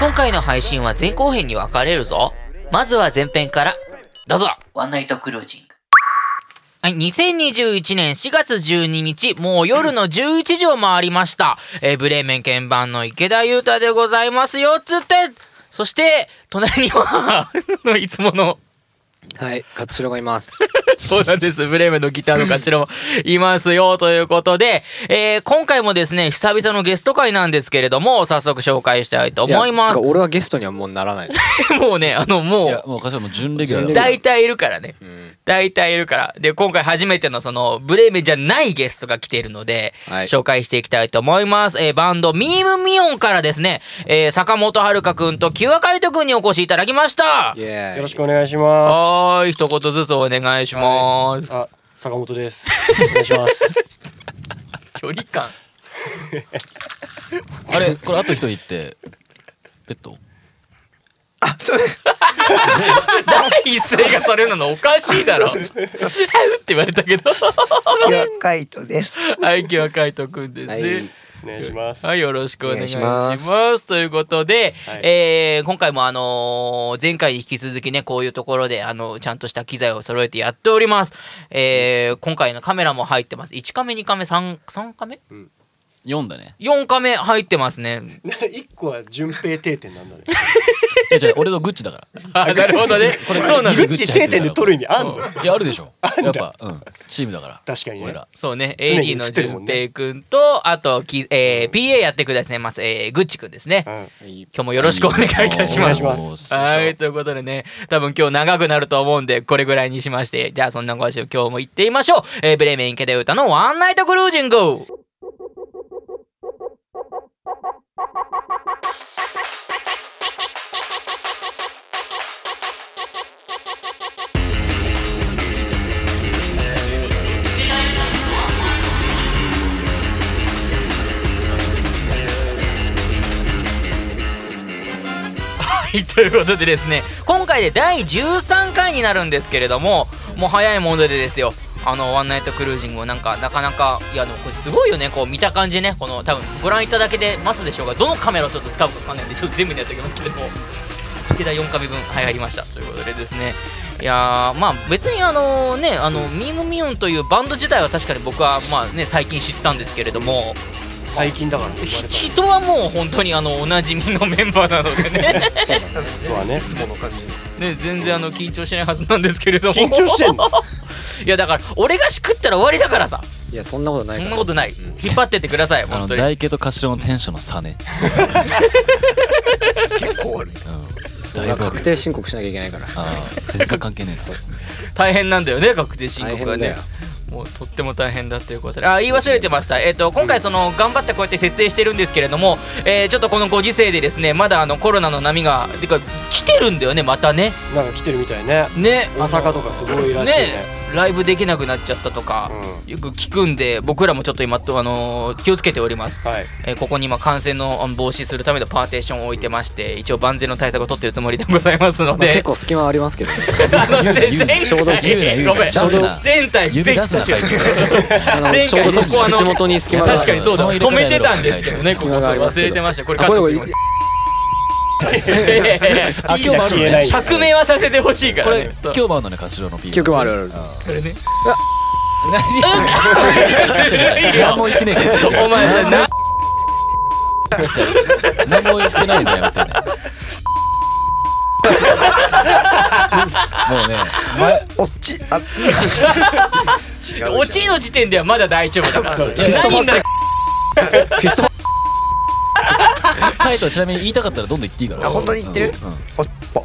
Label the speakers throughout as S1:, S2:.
S1: 今回の配信は前後編に分かれるぞ。まずは前編から、どうぞ
S2: ワンナイトクルージング。
S1: はい、2021年4月12日、もう夜の11時を回りました。えーブレーメン鍵盤の池田裕太でございますよ、つってそして、隣には、あのいつもの、
S3: はい、ガッツロがいます。
S1: そうなんです。ブレーメンのギターのガチロもいますよ、ということで、えー今回もですね、久々のゲスト会なんですけれども、早速紹介したいと思いま
S3: や
S1: す
S3: て。か俺はゲストにはもうならない。
S1: もうね、あの、も
S4: いうや、、もう柏も準レギュラーだ。
S1: 大体いるからね、大体いるからで今回初めてのそのブレーメンじゃないゲストが来ているので、
S3: はい
S1: 紹介していきたいと思います、えーバンドミームミオンからですね、えー坂本遥くんとキュアカイトくんにお越しいただきました
S3: イエーイ
S5: よろしくお願いしま
S1: はーい一言ずつお願いします、
S5: す。あ、坂本です。お願いします。
S1: 距離感
S4: あれ、これあと一人って、ペット
S1: 第一声がそれなのおかしい だろう って言われたけど
S6: キュアカイトです。
S1: はいキュアカイトくんですね、
S3: はい
S5: お願いします。
S1: はい、よろしくお願いします。
S6: お
S1: ということで、
S5: はい
S1: えー今回もあのー前回に引き続きね、こういうところで、あの、ちゃんとした機材を揃えてやっております。えー今回のカメラも入ってます。1カメ、2カメ、3、3カメ
S4: ?4 だね。
S1: ?4 カメ入ってますね。
S5: 一個は順平定点なんだね。
S4: いや、じゃあ俺のグッチだから。
S1: あ、なるほどね。
S4: これ
S5: そうなん
S4: グ
S5: グ
S4: ッ
S5: ッ
S4: チ
S5: チ
S4: 入っ
S5: 定
S4: てる
S5: 点で取る意味あんの
S4: いや、あるでしょ。やっぱ、うん。チームだから。
S5: 確かにね
S4: 俺ら。。
S1: そうね、
S5: 常に
S1: AD
S5: 映
S1: の
S5: ってるも
S1: 淳
S5: んね
S1: 平くんと、あと、きえー PA やってくださいます、えー、ぐっちくんですね。
S5: うん。
S1: 今日もよろしくお願いいたし
S5: お願
S1: ます
S5: いし。ます
S1: はい、ということでね、多分今日長くなると思うんで、これぐらいにしまして、じゃあそんなご話を今日も行ってみましょう。えーブレーメン池田歌のワンナイトクルージングはい、ということでですね、今回で第13回になるんですけれども、もう早いものでですよ。あのワンナイトクルージングをなんかなかなかいやでもこれすごいよねこう見た感じねこの多分ご覧いただけてますでしょうがどのカメラをちょっと使うかわかんないんでちょっと全部にやっておきますけれども池田4カメ分はい入りましたということでですねいやーまあ別にあのねあのミームミオンというバンド自体は確かに僕はまあね最近知ったんですけれども
S5: 最近だからね。
S1: ひ人はもう本当にあのおなじみのメンバーなのでね
S5: そうだね
S6: い。つもの感じ。
S1: ね全然あの緊張しないはずなんですけれども
S5: 緊張してんの
S1: いやだから俺がしくったら終わりだからさ
S3: いや、そんなことない
S1: そ
S3: か
S1: ん
S3: ら
S1: な。ことない引っ張ってってください
S4: あの、
S1: 本当に
S4: 大家と柏のテンションの差ね。
S6: 結構ある。
S4: だい
S3: だ
S4: ぶ
S3: か
S4: あ
S3: ら
S4: る
S3: 確。定申告しなきゃいけないから。
S4: あー全然関係ねえぞ。
S1: 大変なんだよね確定申告が
S3: 大変だ
S1: ね
S3: よ
S1: もうとっても大変だということであ言い忘れてました、えっと今回その頑張ってこうやって設営してるんですけれども、えーちょっとこのご時世でですねまだあのコロナの波がてか来てるんだよねまたね
S5: なんか来てるみたいね。
S1: ね
S5: 大阪とかすごいらしいね
S1: ね。ライブできなくなっちゃったとか、よく聞くんで僕らもちょっと今と、あのー気をつけております
S5: はい。
S1: えーここに今感染のあの防止するためのパーテーションを置いてまして一応万全の対策を取ってるつもりでございますの
S3: まあ、
S1: で
S3: 結、構隙間はありますけどね。
S1: あので
S4: 言う
S1: 前
S4: ちょうど言うな
S1: 回
S4: 言うな
S1: ごめん
S4: 出すな
S1: 前回
S4: 指出すな、書いて
S3: あの
S1: 前
S3: ちょう
S1: 回
S3: ど
S1: ここあの
S3: 口元に隙間がある
S1: 確かにそうだ
S4: その
S1: 止
S4: 入れ
S1: めて
S4: 方やめろ
S1: たんですけどねここ
S3: 隙間があります
S1: 忘
S3: けど
S1: れてましたこれカ
S3: あ
S1: ッ
S3: これ
S1: ト
S3: こ
S1: してくださ
S3: れ
S1: い
S4: あ、今日もあるの
S5: 消えな
S4: ね
S5: い。
S1: 釈明はさせてほしいか
S4: こ
S1: ら
S4: れ、
S1: ね
S4: 今日もあるのね、柏の P。
S3: 曲もあるある。
S1: これね
S4: 何何も言ってねえけど
S1: お前さな
S4: 何も言ってないのやめてねもうね
S6: おっち、あ、
S1: 落ちの時点ではまだ大丈夫だから
S4: フィスト
S1: 何になる
S3: フィストバ
S4: タイトはちなみに言いたかったらどんどん言っていいから
S6: あ本当に言ってる
S4: うんうん
S6: おっぽ。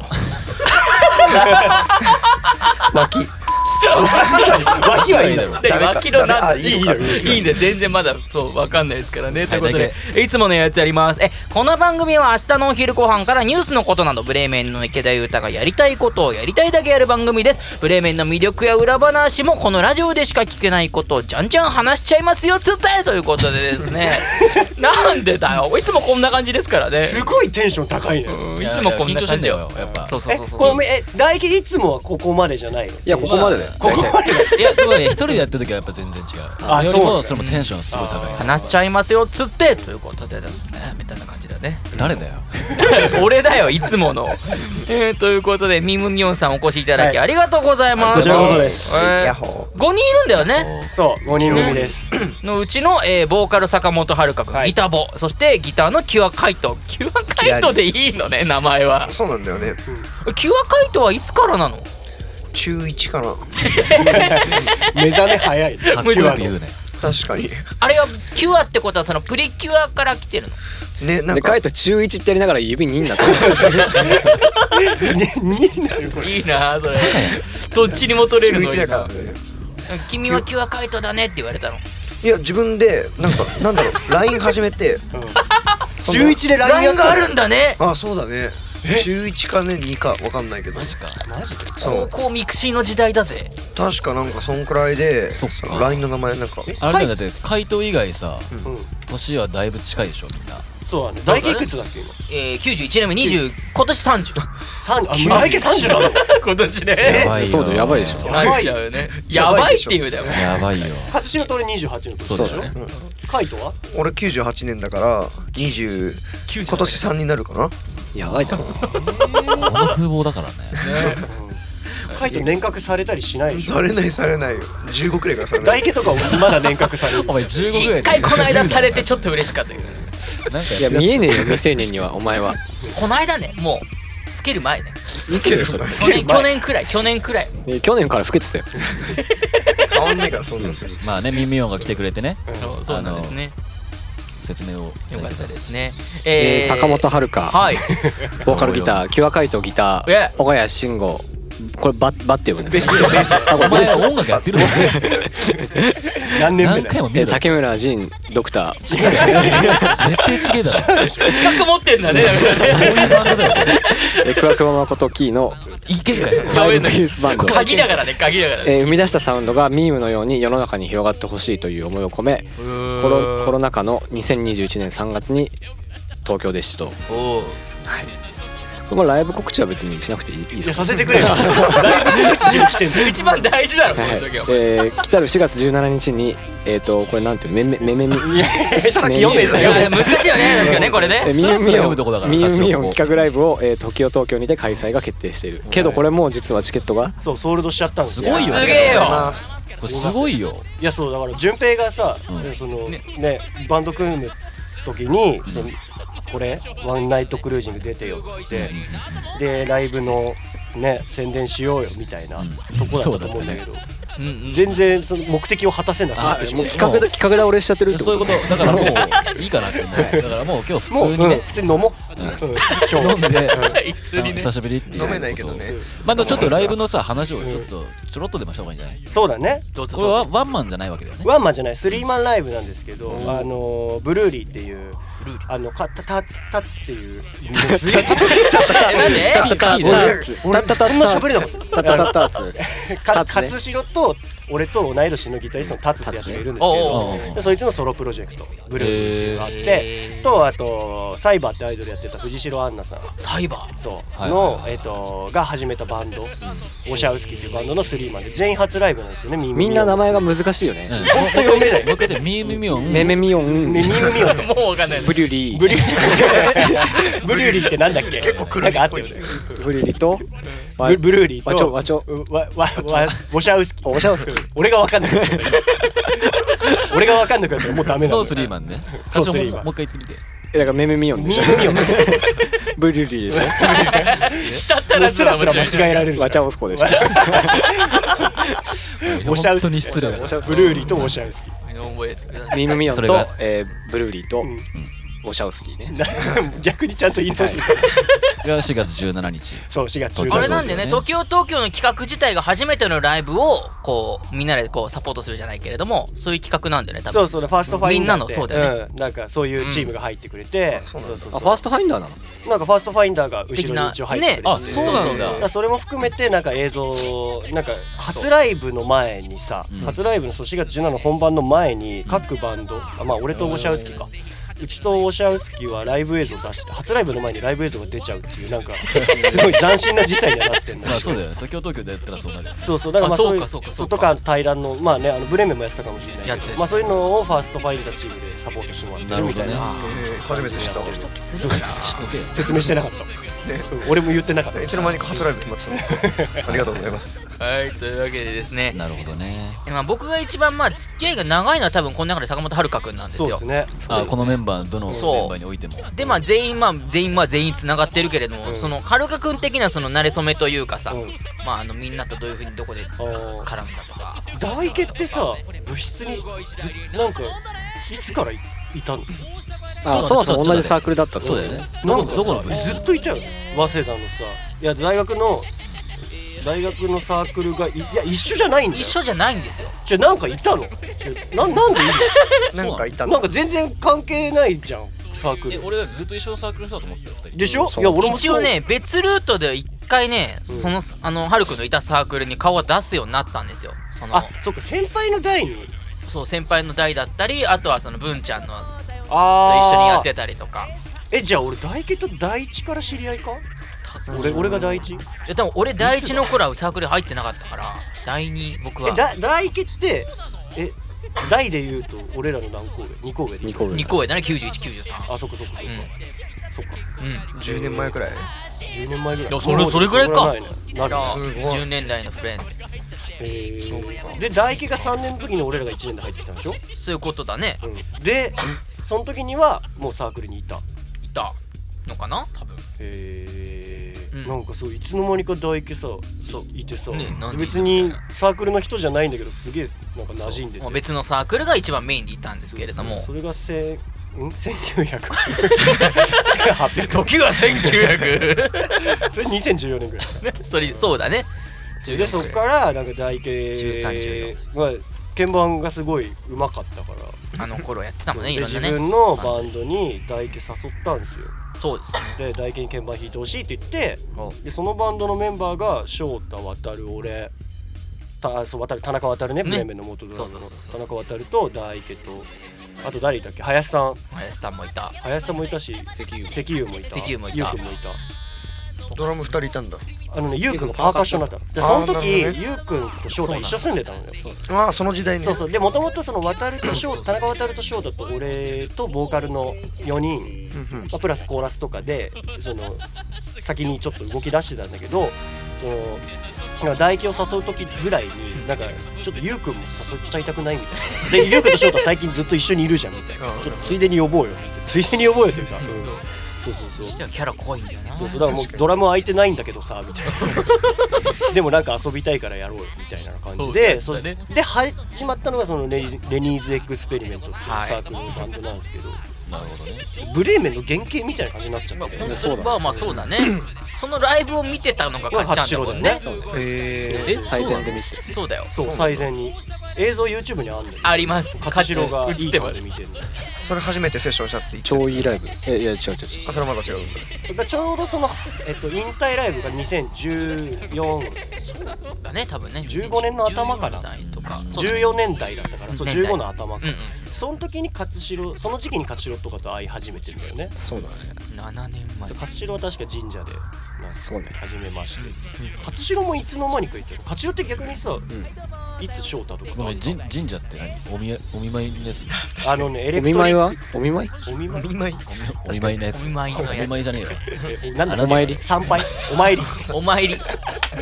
S6: 脇。
S4: 脇はいいだろう
S1: だって脇の
S6: ダメか
S1: な
S6: あ
S1: ん
S6: いいのか
S1: いいんだよ全然まだそうわかんないですからねということ
S4: はい
S1: でいつものやつやりますえこの番組は明日のお昼ご飯からニュースのことなどブレーメンの池田裕太がやりたいことをやりたいだけやる番組ですブレーメンの魅力や裏話もこのラジオでしか聞けないことをじゃんじゃん話しちゃいますよつってということでですねなんでだよいつもこんな感じですからね
S5: すごいテンション高いね。
S1: いつもこんな
S4: 緊張して
S1: 感
S4: ん
S1: じ
S4: だ
S1: よ
S4: よやっぱ
S1: そうそう
S5: え
S1: そう、そう
S5: これもえ、大輝いつもはここまでじゃないの。
S3: いや、ここまでだよ。
S5: ここまで。
S4: いやでもね一人でやってる時はやっぱ全然違う
S5: あ
S4: よ
S5: そ
S4: り
S5: うなん
S4: も
S5: だ
S4: それもテンションすごい高い
S1: 話しちゃいますよつってということでですねみたいな感じだね
S4: 誰だよ
S1: 俺だよいつもの、えーということでみむみおんさんお越しいただき、
S5: は
S1: ありがとうございます
S5: こちらこそです
S1: えー
S6: ヤッホ
S1: 5人いるんだよね
S5: そう5人組です
S1: のうちの、えーボーカル坂本遥香君、
S5: はい
S1: ギタボそしてギターのキュアカイトキュアカイトでいいのね名前は
S6: ーそうなんだよね
S1: キュアカイトはいつからなの
S6: 中1かな
S5: 目覚め早い
S4: かっこよく言うね
S6: 確かに
S1: あれはキュアってことはそのプリキュアから来てるの
S6: ねなん
S3: で
S6: か
S3: カイト中1ってやりながら指2になった
S5: 2になるこれ
S1: いいなあそれどっちにも取れ
S6: 中
S1: るのいい
S6: 1
S1: な
S6: だからね
S1: 君はキュアカイトだねって言われたの
S6: いや自分でなんか なんだろう LINE 始めて
S5: 中1で LINE
S1: ライ
S5: や
S1: ン
S5: っ
S1: があ
S5: たの
S1: るんだね
S6: あそうだね中1かね2かわかんないけど
S4: マジか
S6: そ
S1: 高
S6: う
S1: 校ミクシーの時代だぜ
S6: 確かなんかそんくらいで
S4: そっか
S6: その LINE の名前なんか
S4: あれだよだって怪盗以外さ
S5: うん
S4: 年はだいぶ近いでしょみんな
S5: そうだね大輝いくつだっけ今
S1: えー、91年目20今年30
S5: 三あ大輝30なの
S1: 今年
S4: や
S1: ね
S4: ばいよ
S3: そうだよやばいでしょ
S5: やばい
S1: ちゃうよねや
S6: や
S1: ば
S6: ば
S1: い
S6: い
S1: っ
S6: でしてょ
S1: 言うだよ
S4: やばいよ
S5: 一茂と俺28の時
S4: そうだよね
S5: カイトは
S6: 俺98年だから20今年3になるかな
S3: やばいだろ
S4: この風貌だからね
S5: カイト年賀されたりしないでしょ
S6: されないされないよ15くらいからされない
S5: 大輝とかはまだ年賀される
S4: お前15ぐらい
S1: 一
S4: で
S1: 回この間されてちょっと嬉しかったよ
S4: なんか
S3: いや見えねえよ未成年にはお前は
S1: この間ねもう老ける前ね
S3: 見てるよそれ
S1: 去年去年くらい去年くらい
S3: ね去年から老けてたよ
S6: 変わんねえからそんなの
S4: まあねミミオンが来てくれてね
S1: そうそうなんですね
S4: 説明を
S1: よかったですね
S3: えー坂本遥
S1: はい
S3: ボーカルギターキュアカイトギタ
S1: え
S3: ー小谷慎吾これバッバッて呼ぶんですよ
S4: お前は音楽やってるの
S5: 何年目
S4: 何
S5: だ
S4: 回
S5: よ
S4: も見
S3: え
S4: るだろ
S3: 竹村仁ドクター
S4: 絶対ちげえだろ
S1: 資格持ってんだね
S4: どういうバンドだよ
S3: えクワクワ誠キーの
S4: いけるかいそこ
S1: や
S3: ラ
S1: べえ
S3: イ
S1: な
S3: ブビーズバンド
S1: 鍵だからね鍵だからね
S3: えー生み出したサウンドがミームのように世の中に広がってほしいという思いを込めコロコロナ禍の2021年3月に東京で始動
S1: おう
S3: これライブ告知は別にしなくていいいい
S5: い
S3: です
S5: やさせてくれ よだいぶ告知しに来てんだよ
S1: 一番大事だろこ
S3: はいは
S1: の
S3: い
S1: 時は
S3: えー来たる4月17日にえっ、とこれなんていうめめめめ み
S5: さっき読めた
S1: い
S5: よ
S1: や難しいよね確かにねこれね
S3: えーミ
S4: それ
S3: ユ
S4: す
S3: ミ
S4: ら
S3: ヨ
S4: 読むとこだか
S3: ン
S4: ら
S3: ミユミ
S4: 立
S3: ヨ
S4: ち寄
S3: ン
S4: る
S3: 企画ライブを、えー、時を東京にて開催が決定しているけどこれもう実はチケットが
S5: そうソールドしちゃったんですす
S4: ごいよ
S1: すげ
S4: ね
S1: えよ
S4: これすごいよ
S5: いやそうだから順平がさ、そのねバンド組む時に、そのこれワンナイトクルージング出てよっつって、でライブのね宣伝しようよみたいな、とこだったと思うんだけど
S1: うんうん
S5: 全然その目的を果たせなかったし
S3: もう企画だ企画倒れしちゃってるってこと
S4: そういうことだからもういいかなって思うだからもう今日普通
S5: もう、
S4: に
S5: うん、
S4: ね
S5: 普通に飲もう、うん今
S4: 飲ん
S5: 日
S4: で
S1: 普通にね
S4: 久しぶりっていうこと
S6: 飲めないけどね
S4: まあでもちょっとライブのさ話をちょっとちょろっとでもした方がいいんじゃない
S5: そうだね
S1: どうぞ
S4: これ
S1: ど
S4: は
S1: うぞ
S4: ワンマンじゃないわけだよね
S5: ワンマンじゃないスリーマンライブなんですけどあのブルーリーっていうあのかたたつたつっていう
S1: えなんで
S4: いいかいいね
S5: 俺そんな喋れなか
S3: タ
S5: っ
S3: タ
S5: た
S3: タタツ
S5: か
S3: 達ね
S5: 勝城と俺と同い年のギタリストの達ってやつがいるんですけ
S1: おうおう
S5: ど、でそいつのソロプロジェクトブルーっていうのがあって、
S1: へー
S5: とあとサイバーってアイドルやってた藤代アンナさん
S1: サイバー
S5: そう、
S4: はいはい
S5: の
S4: は、い
S5: えっとが始めたバンド、オシャウスキーっていうバンドのスリーマンで全員初ライブなんですよねみ
S3: みんな名前が難しいよね
S4: うんもう
S5: 本当に読めない
S4: もう一回言ってミーミミオン
S3: メメミヨン
S5: みみみよ
S1: もうわかんない
S3: ブリュリ
S5: ブ
S3: ー
S5: リューリー ブリューリーってなんだっけ結構黒いなんかあったよね
S3: ブリュリとワ
S5: ブブルーリーと
S3: ワチョワチョ
S5: うわわ わオシャウスキー
S3: おしゃおす
S5: 俺がわかんない俺がわかんなくなったらもうダメなの
S4: のスリーマンね
S5: そう
S4: 歌唱も
S5: スリーマン
S4: もう一回言ってみて
S3: えだからメメミヨンでしょブリュリーでし
S1: したった
S5: もう
S1: ら
S5: スラスラ間違えられる
S3: ょ
S5: じゃ
S3: ワ
S5: ん
S3: チャオスコでしょ
S5: オ
S4: 本
S5: シャウス
S4: 当に失礼だから
S5: ブルーリーとオシャウスキ
S1: 覚えてください
S3: ミムミヨンと
S4: それが、
S3: えーブルーリーと、
S5: ん
S3: オシャウスキーね。
S5: ー 逆にちゃんと言い直す、
S4: が4月17日
S5: そう4月中
S1: あれ
S5: だ
S1: なんでね、
S4: そう
S1: 東京東京の企画自体が初めてのライブをこうみんなでこうサポートするじゃないけれども、そういう企画なんだよね、多分。
S5: そうそうだファーストファインダーって
S1: みんなのそうだ
S5: うん、なんかそういうチームが入ってくれて、そうそうそう
S3: あ、ファーストファインダーなの
S5: なんかファーストファインダーが後ろに一応入ってくれて
S1: 的なね
S4: あそうなんだ
S5: だからそれも含めてなんか映像なんか初ライブの前にさ、初ライブのそう4月17の本番の前に各バンドあまあ俺とオシャウスキーかうちとオシャウスキーはライブ映像出して初ライブの前にライブ映像が出ちゃうっていうなんか すごい斬新な事態にはなってんだ
S4: まあそうだよね東京東京でやったらそうなるよね
S5: そうそうだからまあ
S1: あそう
S5: そういう
S1: かそうかそうか
S5: とか対談のまあねあのブレメンもやってたかもしれな
S1: やっ
S5: い
S1: て
S5: け
S1: た
S5: どまあそういうのをファーストファイルたチームでサポートしてもらってるみたいな
S4: なるほ
S6: 初めて知ったわ
S1: すごいな
S4: 知っとけよ
S5: 説明してなかったもん俺も言ってなかった
S6: いつの間にか初ライブ決まってたありがとうございます
S1: はいというわけでですね、
S4: なるほどね
S1: まあ、僕が一番まあ付き合いが長いのは多分この中で坂本遥君なんです
S5: そう
S1: よ
S5: ですね
S4: あこのメンバーどのメン
S1: そう
S4: バーにおいても
S1: でまあ全員まあ全員まあ全員つながってるけれども、そのはるか君的なその慣れ初めというかさ、
S5: うん
S1: まああのみんなとどういうふうにどこで
S5: ー
S1: 絡んだとか
S5: 大池ってさ部室にずなんかいつからいいたの
S3: あ
S4: ち
S3: そ
S4: ょ
S3: も
S4: っとちょっと
S3: そも同じサークルだったってこ
S4: そ
S3: と
S4: うだよねど
S5: な
S4: こ
S5: んかさ
S4: どこの部室
S5: ずっといたよね早稲田のさいや大学の大学のサークルがいいや一緒じゃないんだよ
S1: 一緒じゃないんですよ
S5: じゃなんかいたのちょななんでいい
S6: なんかいた
S5: のなん
S6: の
S5: か全然関係ないじゃんサーク
S4: え
S5: ル
S4: 俺はずっと一緒のサークルだと思ってたよ二人
S5: でしょ
S3: そう
S5: いや俺も
S1: 一
S5: そう
S1: 応ね別ルートで一回ねそのあのはるくんのいたサークルに顔を出すようになったんですよその
S5: あそっか先輩の代に
S1: そう先輩の代だったりあとはその文ちゃんのと一
S5: あ
S1: 緒にやっ
S5: ー
S1: てたりとか
S5: えじゃあ俺大池と第一から知り合いか俺俺が第一
S1: いやでも俺第一の頃はサークル入ってなかったから第二僕
S5: え
S1: は
S5: だ大池ってえ大で言うと俺らの何校上2校上でいい
S3: 2個上
S1: 2公演だね9193
S5: あそっかそっかそっか、そっか
S1: うん
S6: 10年前くらい
S5: 10年前ぐらい
S1: いやそれそれぐらいか
S5: そんなないななる
S1: あ
S5: ほど
S6: すごい
S1: 10年来のフレンド
S5: えーで大池が3年の時に俺らが1年で入ってきたんでしょ、
S1: そういうことだね
S5: うん、でその時にはもうサークルにいた
S1: いたのかな多分
S5: へえ、
S1: うん
S5: なんかそういつの間にか大池さ
S1: そう
S5: いてさ、
S1: ねなんで
S5: 別にサークルの人じゃないんだけどすげえなんか馴染んでて
S1: もう別のサークルが一番メインでいたんですけれども
S5: それが千ん
S1: 時
S5: 19001800
S1: は1900
S5: それ2014年ぐらい
S1: それそうだね
S5: でそっからなんか大池
S1: 13
S5: は鍵盤がすごい上手かったから
S1: あの頃やってたもんねい
S5: で
S1: ろん
S5: 自
S1: なね
S5: 分のバンドに大池誘ったんですよ
S1: そうですね
S5: で大池に鍵盤弾いてほしいって言って
S6: あ
S5: でそのバンドのメンバーが翔太渡る俺たあそう渡る田中渡るね
S1: ね
S5: ブレーメンの元ドラム
S1: そう
S5: の
S1: そうそうそう
S5: 田中渡ると大池とあと誰いたっけ林さん
S1: 林さんもいた
S5: 林さんもいたし
S3: 石油
S5: 石油もいた
S1: 石油もいた
S5: ゆうくんもいた
S6: ドラム2人いたんだ
S5: あのね、ゆうくんがパーカッションだったの。で、その時、
S6: あーなるほど
S5: ゆうくんと翔太一緒住んでたのよ。そう
S6: ああその時代ね
S5: そうで、もともとその渡ると翔、田中渡ると翔太と俺とボーカルの4人、
S6: うんうん
S5: まあ、プラスコーラスとかで、その、先にちょっと動き出してたんだけど、その、なんか唾液を誘う時ぐらいに、なんか、ちょっとゆうくんも誘っちゃいたくないみたいな。で、ゆうくんと翔太最近ずっと一緒にいるじゃんみたいな
S6: う。ん
S5: ちょっとついでに呼ぼうよって。ついでに呼ぼうよっていうか。うん
S1: そう
S5: そうそうそう
S1: し。てはキャラ濃いんだよな
S5: そうそうだからもうドラムは空いてないんだけどさみたい なでもなんか遊びたいからやろうよみたいな感じで
S1: そ
S5: そうう
S1: だね
S5: で始まったのがそのレニレニーズエクスペリメントっていう
S1: はい
S5: サークルのバンドなんですけど、
S4: なるほどね
S5: ブレーメンの原型みたいな感じになっちゃって、
S1: 本
S3: そ
S1: 当
S3: う
S1: に
S3: だ
S1: まあまあそうだねそのライブを見てたのがかっちゃんだもんね
S5: 八代だ
S6: え
S1: え
S3: 最善で見せてる
S1: そうだよ
S5: そう最前に映像 YouTube にあんのよ
S1: あります
S5: 勝代が
S1: 映
S5: い
S1: っ
S5: い
S1: て
S5: 顔
S1: ま
S5: です見てるの
S6: ーそれ初めてセッションしたって
S3: 超
S6: 言って
S3: いいライブえいや違う違う違
S6: たあそれはまだ違うんだ
S5: それからちょうどその、えっと、引退ライブが201415
S1: だね多分ね
S5: 15年の頭かな
S1: 14代とかそうだね
S5: 年代だったからそう
S1: 年代
S5: 15の頭か
S1: うんう
S5: ら、
S1: ん
S5: その時に勝代その時期に勝代とかと会い始めてるんだよね
S3: うそうだね
S1: 7年前
S5: 勝代は確か神社でなんか
S3: そうね
S5: 始めまして勝代もいつの間にかいたの勝代って逆にさ、いつ翔太と
S4: ご
S5: か
S4: めん神神社って何お見えお見舞いのやつ
S5: あのねエレ
S3: お
S5: ク
S3: 見
S5: トリ
S3: 舞い
S5: ッ
S3: は
S5: ク
S3: お見舞い
S5: お見舞い
S6: 見舞い
S4: お見舞いのやつ
S1: お見舞いのやつ
S4: お見舞いじゃねえよ
S5: えなんだ
S3: お参り
S5: 参拝お参り
S1: お参り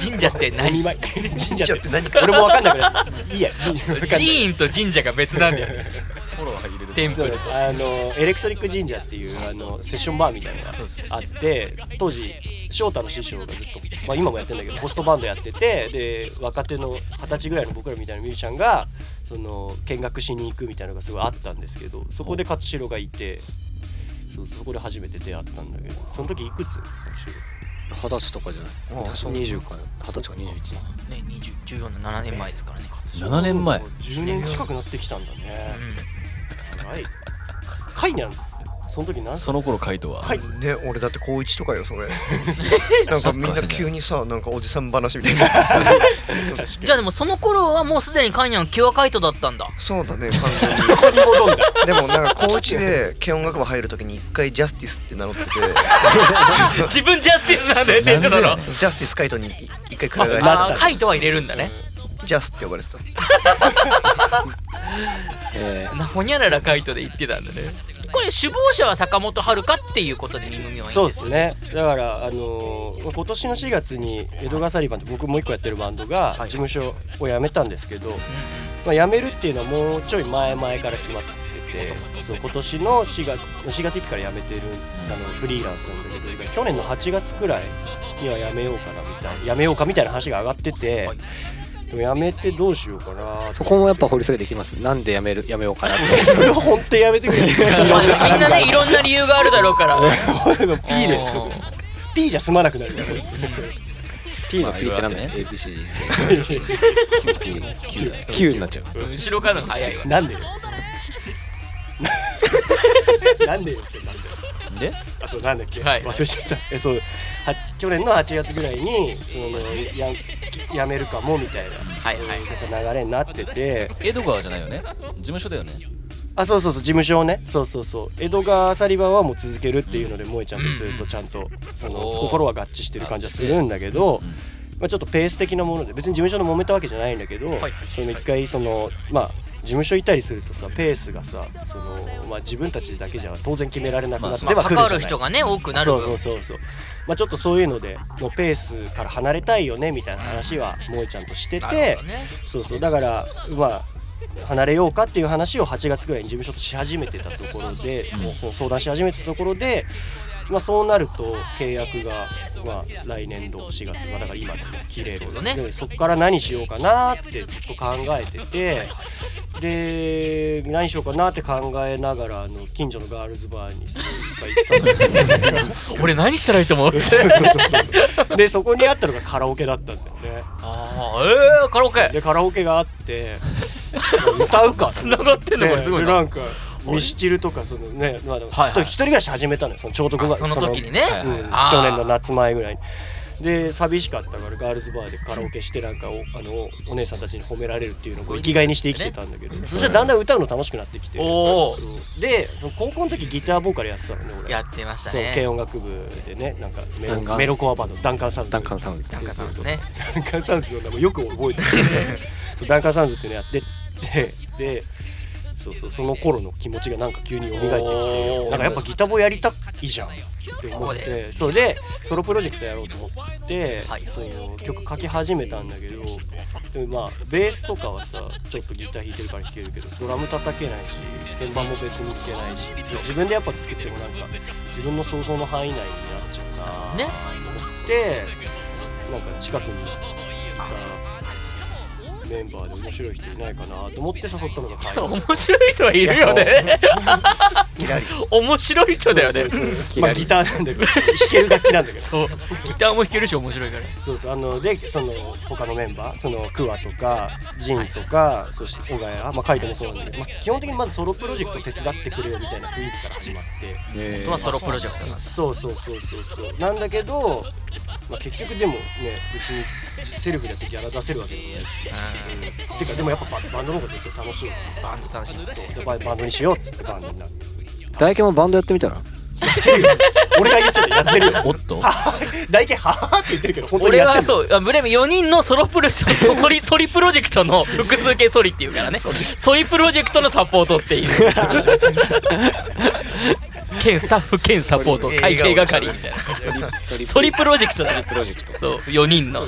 S1: 神社って
S5: お見
S1: 何
S5: 舞い神
S6: 神社
S5: 社
S6: っ
S5: ってて
S6: 何か
S5: 俺もわかんなくなったいいや神社わかんない
S1: 寺院と神社が別なんだよね
S4: フォロー入れる
S1: テン
S5: そ
S1: プ
S5: う
S1: ル
S5: あのエレクトリック神社っていうあのセッションバーみたいなのがあって当時翔太の師匠がずっと、まあ、今もやってるんだけどホストバンドやっててで若手の二十歳ぐらいの僕らみたいなミュージシャンがその見学しに行くみたいなのがすごいあったんですけどそこで勝代がいてそうそこで初めて出会ったんだけどその時いくつ勝代
S3: 二十歳とかじゃない
S6: ああそう
S3: 20か二十歳か21
S1: ね20 14の7年前ですからね
S4: 7年前
S5: 10年近くなってきたんだね
S1: う
S5: はい会にあるのその時何歳
S4: その頃カイトは
S5: カイ
S6: ね俺だって高一とかよそれなんかみんな急にさなんかおじさん話みたいになってさ
S1: じゃあでもその頃はもうすでにカニャンキュアカイトだったんだ
S6: そうだね完全に
S5: そこに戻んだ
S6: でもなんか高一で軽音楽部入るときに一回ジャスティスって名乗ってて
S1: 自分ジャスティスなんだよって言ってた
S4: な
S1: ろ
S4: んで
S6: ジャスティスカイトに一回くら替え
S1: あ
S6: し
S1: ーカイトは入れるんだね
S6: てジャスって呼ばれてた
S3: えー
S1: なほにゃららカイトで言ってたんだねこれ首謀者は坂本遥香っていうことで耳耳はいい
S5: そ
S1: ん
S5: う
S1: で
S5: です
S1: よ
S5: すねだからあのー今年の4月に江戸川サリバンって僕もう一個やってるバンドが事務所を辞めたんですけど、まあ、辞めるっていうのはもうちょい前々から決まっててそう今年の4月4月1日から辞めてるあのフリーランスなんだけど去年の8月くらいには辞めようかなみたいな辞めようかみたいな話が上がってて。でも辞めてどうしようかなって
S3: そこもやっぱ掘り下げていきますなんでやめるやめようかなって
S5: それは本当やめてくれ
S1: ま あみんなねいろんな理由があるだろうから
S5: でも P で
S1: おー
S5: P じゃ済まなくなるから
S3: P の次ってなんだよ
S4: まあ
S3: ABC
S4: 9だよ
S3: 9になっちゃう
S1: 後ろからの早いわ
S5: な んでよなんでよそれなんでよ
S4: で
S5: あそうなんだっけ、
S1: はい
S5: 忘れちゃったえそうは去年の8月ぐらいにそのややめるかもみたいな
S1: はいはい
S5: なんか流れになってて
S4: 江戸川じゃないよね事務所だよね
S5: あそうそうそう事務所をねそうそうそう江戸川サリバンはもう続けるっていうので萌えちゃんとするとちゃんとあの
S4: おー
S5: 心は合致してる感じはするんだけど、まあ、ちょっとペース的なもので別に事務所と揉めたわけじゃないんだけど、
S1: はい
S5: その一回そのまあ事務所いたりするとさペースがさその、まあ、自分たちだけじゃ当然決められなくなっては
S1: まあ関
S5: くるじゃない、
S1: わる人がね多くなる
S5: そ
S1: 分
S5: うそうそうそうまあちょっとそういうのでのペースから離れたいよねみたいな話は萌えちゃんとして
S1: な
S5: て
S1: るほどね
S5: そうそうだからまあ離れようかっていう話を8月ぐらいに事務所とし始めてたところで、その相談し始めてたところで、まあ、そうなると契約が、まあ、来年度4月、まあ、だから今でも切れ
S1: ちょう
S5: る
S1: どね
S5: でそこから何しようかなってずっと考えててで何しようかなって考えながらあの近所のガールズバーにすごいいっぱい行ってたんだけど
S1: 俺何したらいいと思う
S5: そうそうそうそうでそこにあったのがカラオケだったんだよね
S1: ああえー、カラオケ
S5: でカラオケがあって歌うかと思
S1: 繋がってんのこれすごい
S5: で
S1: な
S5: なんかミスチルとかそのね、まあでも、
S1: はいはい
S5: 一人一人暮らし始めたのよそのちょうど5
S1: あ
S5: 月
S1: その時にね
S5: そのうん
S1: あー
S5: 去年の夏前ぐらいにで寂しかったからガールズバーでカラオケしてなんかおあのお姉さんたちに褒められるっていうのをこう生きがいにして生きてたんだけど、そしたらだんだん歌うの楽しくなってきて
S1: おお
S5: そうでその高校の時ギターボーカルやってたのね俺
S1: やってました
S5: そう軽
S1: ね
S5: 音楽部でねなんかメ
S3: ダンカ
S5: ロ
S3: ン
S5: メロコアバンドダンカンサウン
S3: ダ
S5: ド
S3: ンカンサウンドです
S1: な
S3: ね
S1: んかそうですね
S5: ダンカンサウンズの名前よく覚えてる、そうダンカンサウンズっていうのやっててでそうそうその頃の気持ちがなんか急に蘇ってき
S1: お
S5: て
S1: ー
S5: なんかやっぱギタボやりたいじゃんって
S1: こ
S5: 思
S1: こ
S5: っ
S1: で
S5: てそれでソロプロジェクトやろうと思って、
S1: はい
S5: その曲書き始めたんだけどでもまあベースとかはさちょっとギター弾いてるから弾けるけどドラム叩けないし鍵盤も別に弾けないし自分でやっぱ作ってもなんか自分の想像の範囲内になっちゃうなー
S1: ね
S5: ってなんか近くにいたメンバーで面白い人いないかなと思って誘ったのが 会話
S1: 面白い人はいるよね面白い人だよね
S5: まあギターな んだけど弾ける楽器なんだけど
S1: そうギターも弾けるし面白いから
S5: そうそうあのでその他のメンバーそのクワとかジンとかそして小川やまあカイトもそうなんだけど、まあ、基本的にまずソロプロジェクト手伝ってくれよみたいな雰囲気から始まって。
S1: あとはソロプロジェクトなんです
S5: そうそうそうそうそうなんだけど、まあ、結局でもね別にセルフでやってギャラ出せるわけでもないし、うんてかでもやっぱババンドの方が絶対楽しいバンド楽しいそうやっぱりバンドにしようっつってバンドになって
S3: 唾液もバンドやってみたら
S5: 俺が言っちゃってやってるよ
S4: おっと
S5: 大体ははって言ってるけど本当に
S1: 俺
S5: やって
S1: は
S5: るう
S1: そうあブレム4人のソロプロジェクトソリ ソリプロジェクトの複数形ソリっていうからねソリプロジェクトのサポートっていう 兼スタッフ兼サポート会計係みたい なソリプロジェクトだから
S3: プロジェクト
S1: そう4人の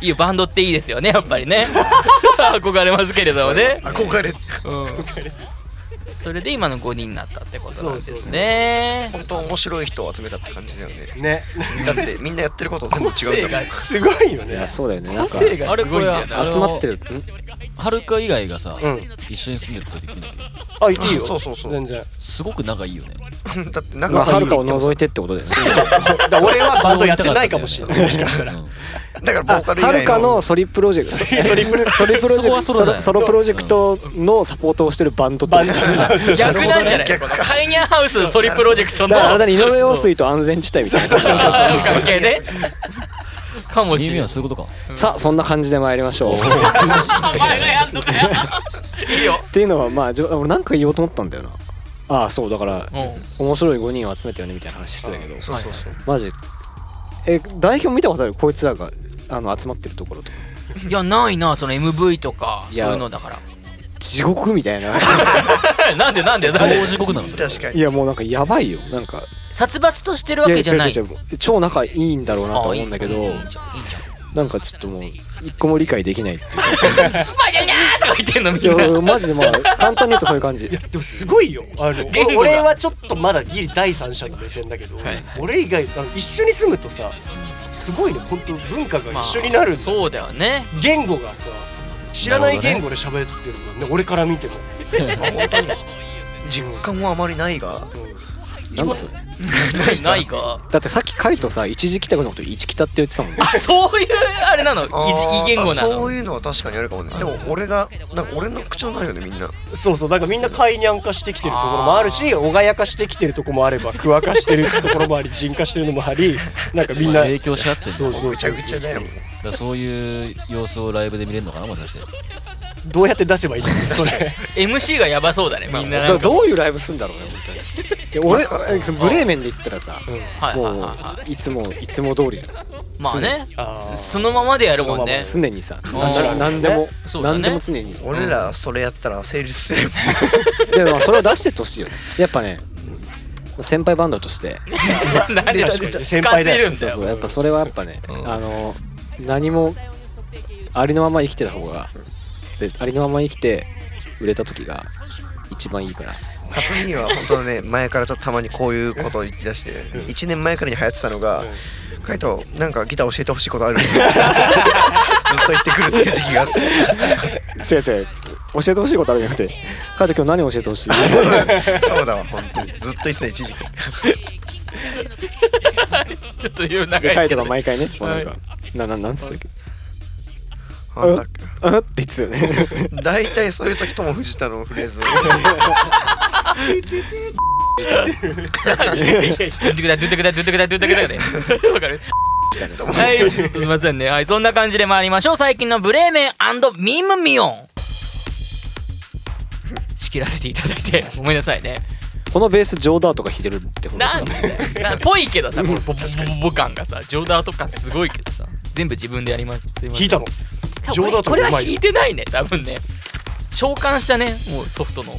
S1: いいバンドっていいですよねやっぱり ね憧れますけれどもね
S6: 憧れる
S1: それで今の5人になったってことなんで
S5: そうそうそ
S1: す
S5: う
S1: ね
S6: 本当面白い人を集めたって感じだよね
S5: ね
S6: だってみんなや ってること全部違うんだもん
S5: すごいよ
S3: い
S5: ね
S3: やそうだよねなんか
S1: 個性が
S4: あれ
S1: す
S4: こ
S1: ごいん
S4: れ
S1: だよな
S4: あれ
S3: 集まってるん
S4: はるか以外がさ、
S5: うん
S4: 一緒に住んでることできるんだけど
S5: あ言っていいよ
S6: あそうそうそう
S5: 全然
S4: すごく仲いいよね
S6: だって
S3: まあ
S6: 仲
S3: は
S6: がいい
S3: る
S6: って
S3: かを
S6: 言ってます
S3: 除いてってことですね
S5: だから俺はバンドやってないかもしれないも
S4: そ
S5: し
S4: れを言い
S5: かしら
S4: たかったたんだよね
S6: だからボーカル以
S3: はる
S6: 外
S3: か
S6: の
S3: のソリプロジェクト
S5: ソリプロ
S3: ソリプロジ
S4: そこ
S3: ェ
S4: は
S3: ク
S4: ソロだよ
S3: トソロプロジェクトのサポートをしてるバンドって
S5: バン ド
S3: だか
S5: そうそうそう
S1: 逆なんじゃないこのカイニャンハウスソリプロジェクトの
S3: らあれだね井上陽水と安全地帯みたいな
S1: あー関係ねかも
S4: うん
S1: しれ
S4: 耳
S1: ない
S4: はそういうことか
S3: さあそんな感じで参りましょう
S4: お
S3: っ
S4: お急に仕切った
S1: お
S4: みた
S1: 前
S4: い
S1: が
S4: な
S1: やんのかよいいよ
S3: ていうのはまあじょ俺なんか言おうと思ったんだよなああそうだから
S1: うん
S3: 面白い5人を集めたよねみたいな話してたけど
S6: そうそうそう
S3: マジえ代表見たことあるこいつらがあの集まってるところとか
S1: いやないなその MV とか
S3: い
S1: そ
S3: や
S1: ういうのだか
S3: 地獄みたいな
S1: ら なんでなんでなんで
S4: 同時刻なのそ れ
S6: 確 か
S3: い
S6: に
S3: やもうなんかやばいよなんか
S1: 殺伐としてるわけじゃない
S3: や違う違う違う超仲いいんだろうなと
S1: あ
S3: はい
S1: い
S3: 思うんだけど
S1: いいいいじゃんいいじゃん
S3: なんかちょっともう一個も理解できないって
S1: まあいやいやーとか言ってんのみん
S3: い
S1: な
S3: や俺マジでまあ簡単に言うとそういう感じ
S5: でもすごいよあの
S1: 言語が
S5: 俺はちょっとまだギリ第三者の目線だけど、
S1: はい
S5: 俺以外あの一緒に住むとさすごいね本当文化が一緒になるんだよ
S1: そうだよね
S5: 言語がさ知らない言語で喋ってるもんね俺から見ても本当に
S6: 実感もあまりないが
S3: なんだそれ
S1: ないか
S3: だってさっきカイトさ一時帰宅のこと一北って言ってたもんね
S1: あそういうあれなのいじ
S6: あー
S1: 異言語なの
S6: そういうのは確かにあるかもねでも俺がなんか俺の口調になるよねみんな
S5: そうそうなんかみんな解にゃん化してきてるところもあるしおがやかしてきてるところもあればくわかしてるところもあり人化してるのもありなんかみんな
S4: 影響し合ってんだ
S5: そうそう
S6: ぐち
S5: そ
S6: ゃ
S5: う
S6: ぐちゃだよもう
S4: だからそういう様子をライブで見れるのかなもしかして
S5: どうやって出せばいいんだろうそれ
S1: MC がやばそうだねみんな
S3: だ
S1: な
S3: から
S1: んか
S3: どういうライブすんだろうね本当にいや俺えそのブレーメンで言ったらさ
S1: はいはい
S3: も
S1: は
S3: ういつもいつも通りじゃん
S1: いまあね
S5: あー
S1: そのままでやるもんね
S3: 常にさ
S1: ん
S3: な何でも
S1: そうだね
S3: 何でも常に
S6: 俺らそれやったら成立す るよ
S3: でもそれを出してってほしいよねやっぱね先輩バンドとして
S1: 何
S6: 出
S1: で
S6: た
S1: 使
S6: 出た
S5: 先輩
S1: って
S5: だ
S1: る
S5: よ
S1: ん
S3: そう
S1: だ
S3: そう
S1: よ
S3: やっぱそれはやっぱねあの何もありのまま生きてた方がでありのまま生きて売れた時が一番いいから
S6: 勝美は本当ね前からちょっとたまにこういうことを言い出して1年前からに流行ってたのが「カイトなんかギター教えてほしいことある?」 ずっと言ってくるっていう時期があって
S3: 違う違う教えてほしいことあるんじゃなくてカイト今日何教えて ほしい
S6: そうだわ本当にずっと言ってた一時期
S1: ちょっと言う長
S3: で
S1: い
S3: カ
S1: で
S3: イ
S1: すけ
S3: トが
S1: ど
S3: 毎回ねもうなんかなななんつったっけ
S6: あなんか
S3: あって言ってたよね
S6: 大体そういう時とも藤田のフレーズを
S1: ドゥンテクダドゥンテクダドゥンテクダドゥンテクダでわかるはいすいませんねはいそんな感じで参りましょう最近のブレーメンミムミオン仕切らせていただいてごめんなさいね
S3: このベースジョーダーとか弾いてるってことです
S1: な
S3: か
S1: んでなぽいけどさこのボボボボボ感がさジョーダーとかすごいけどさ全部自分でやりますすいません
S5: 聞いたのジョーダーと
S1: こ
S5: か
S1: れ
S5: う
S1: は
S5: ま
S1: 弾
S5: い
S1: いてないね多分ね召喚したねもうソフトの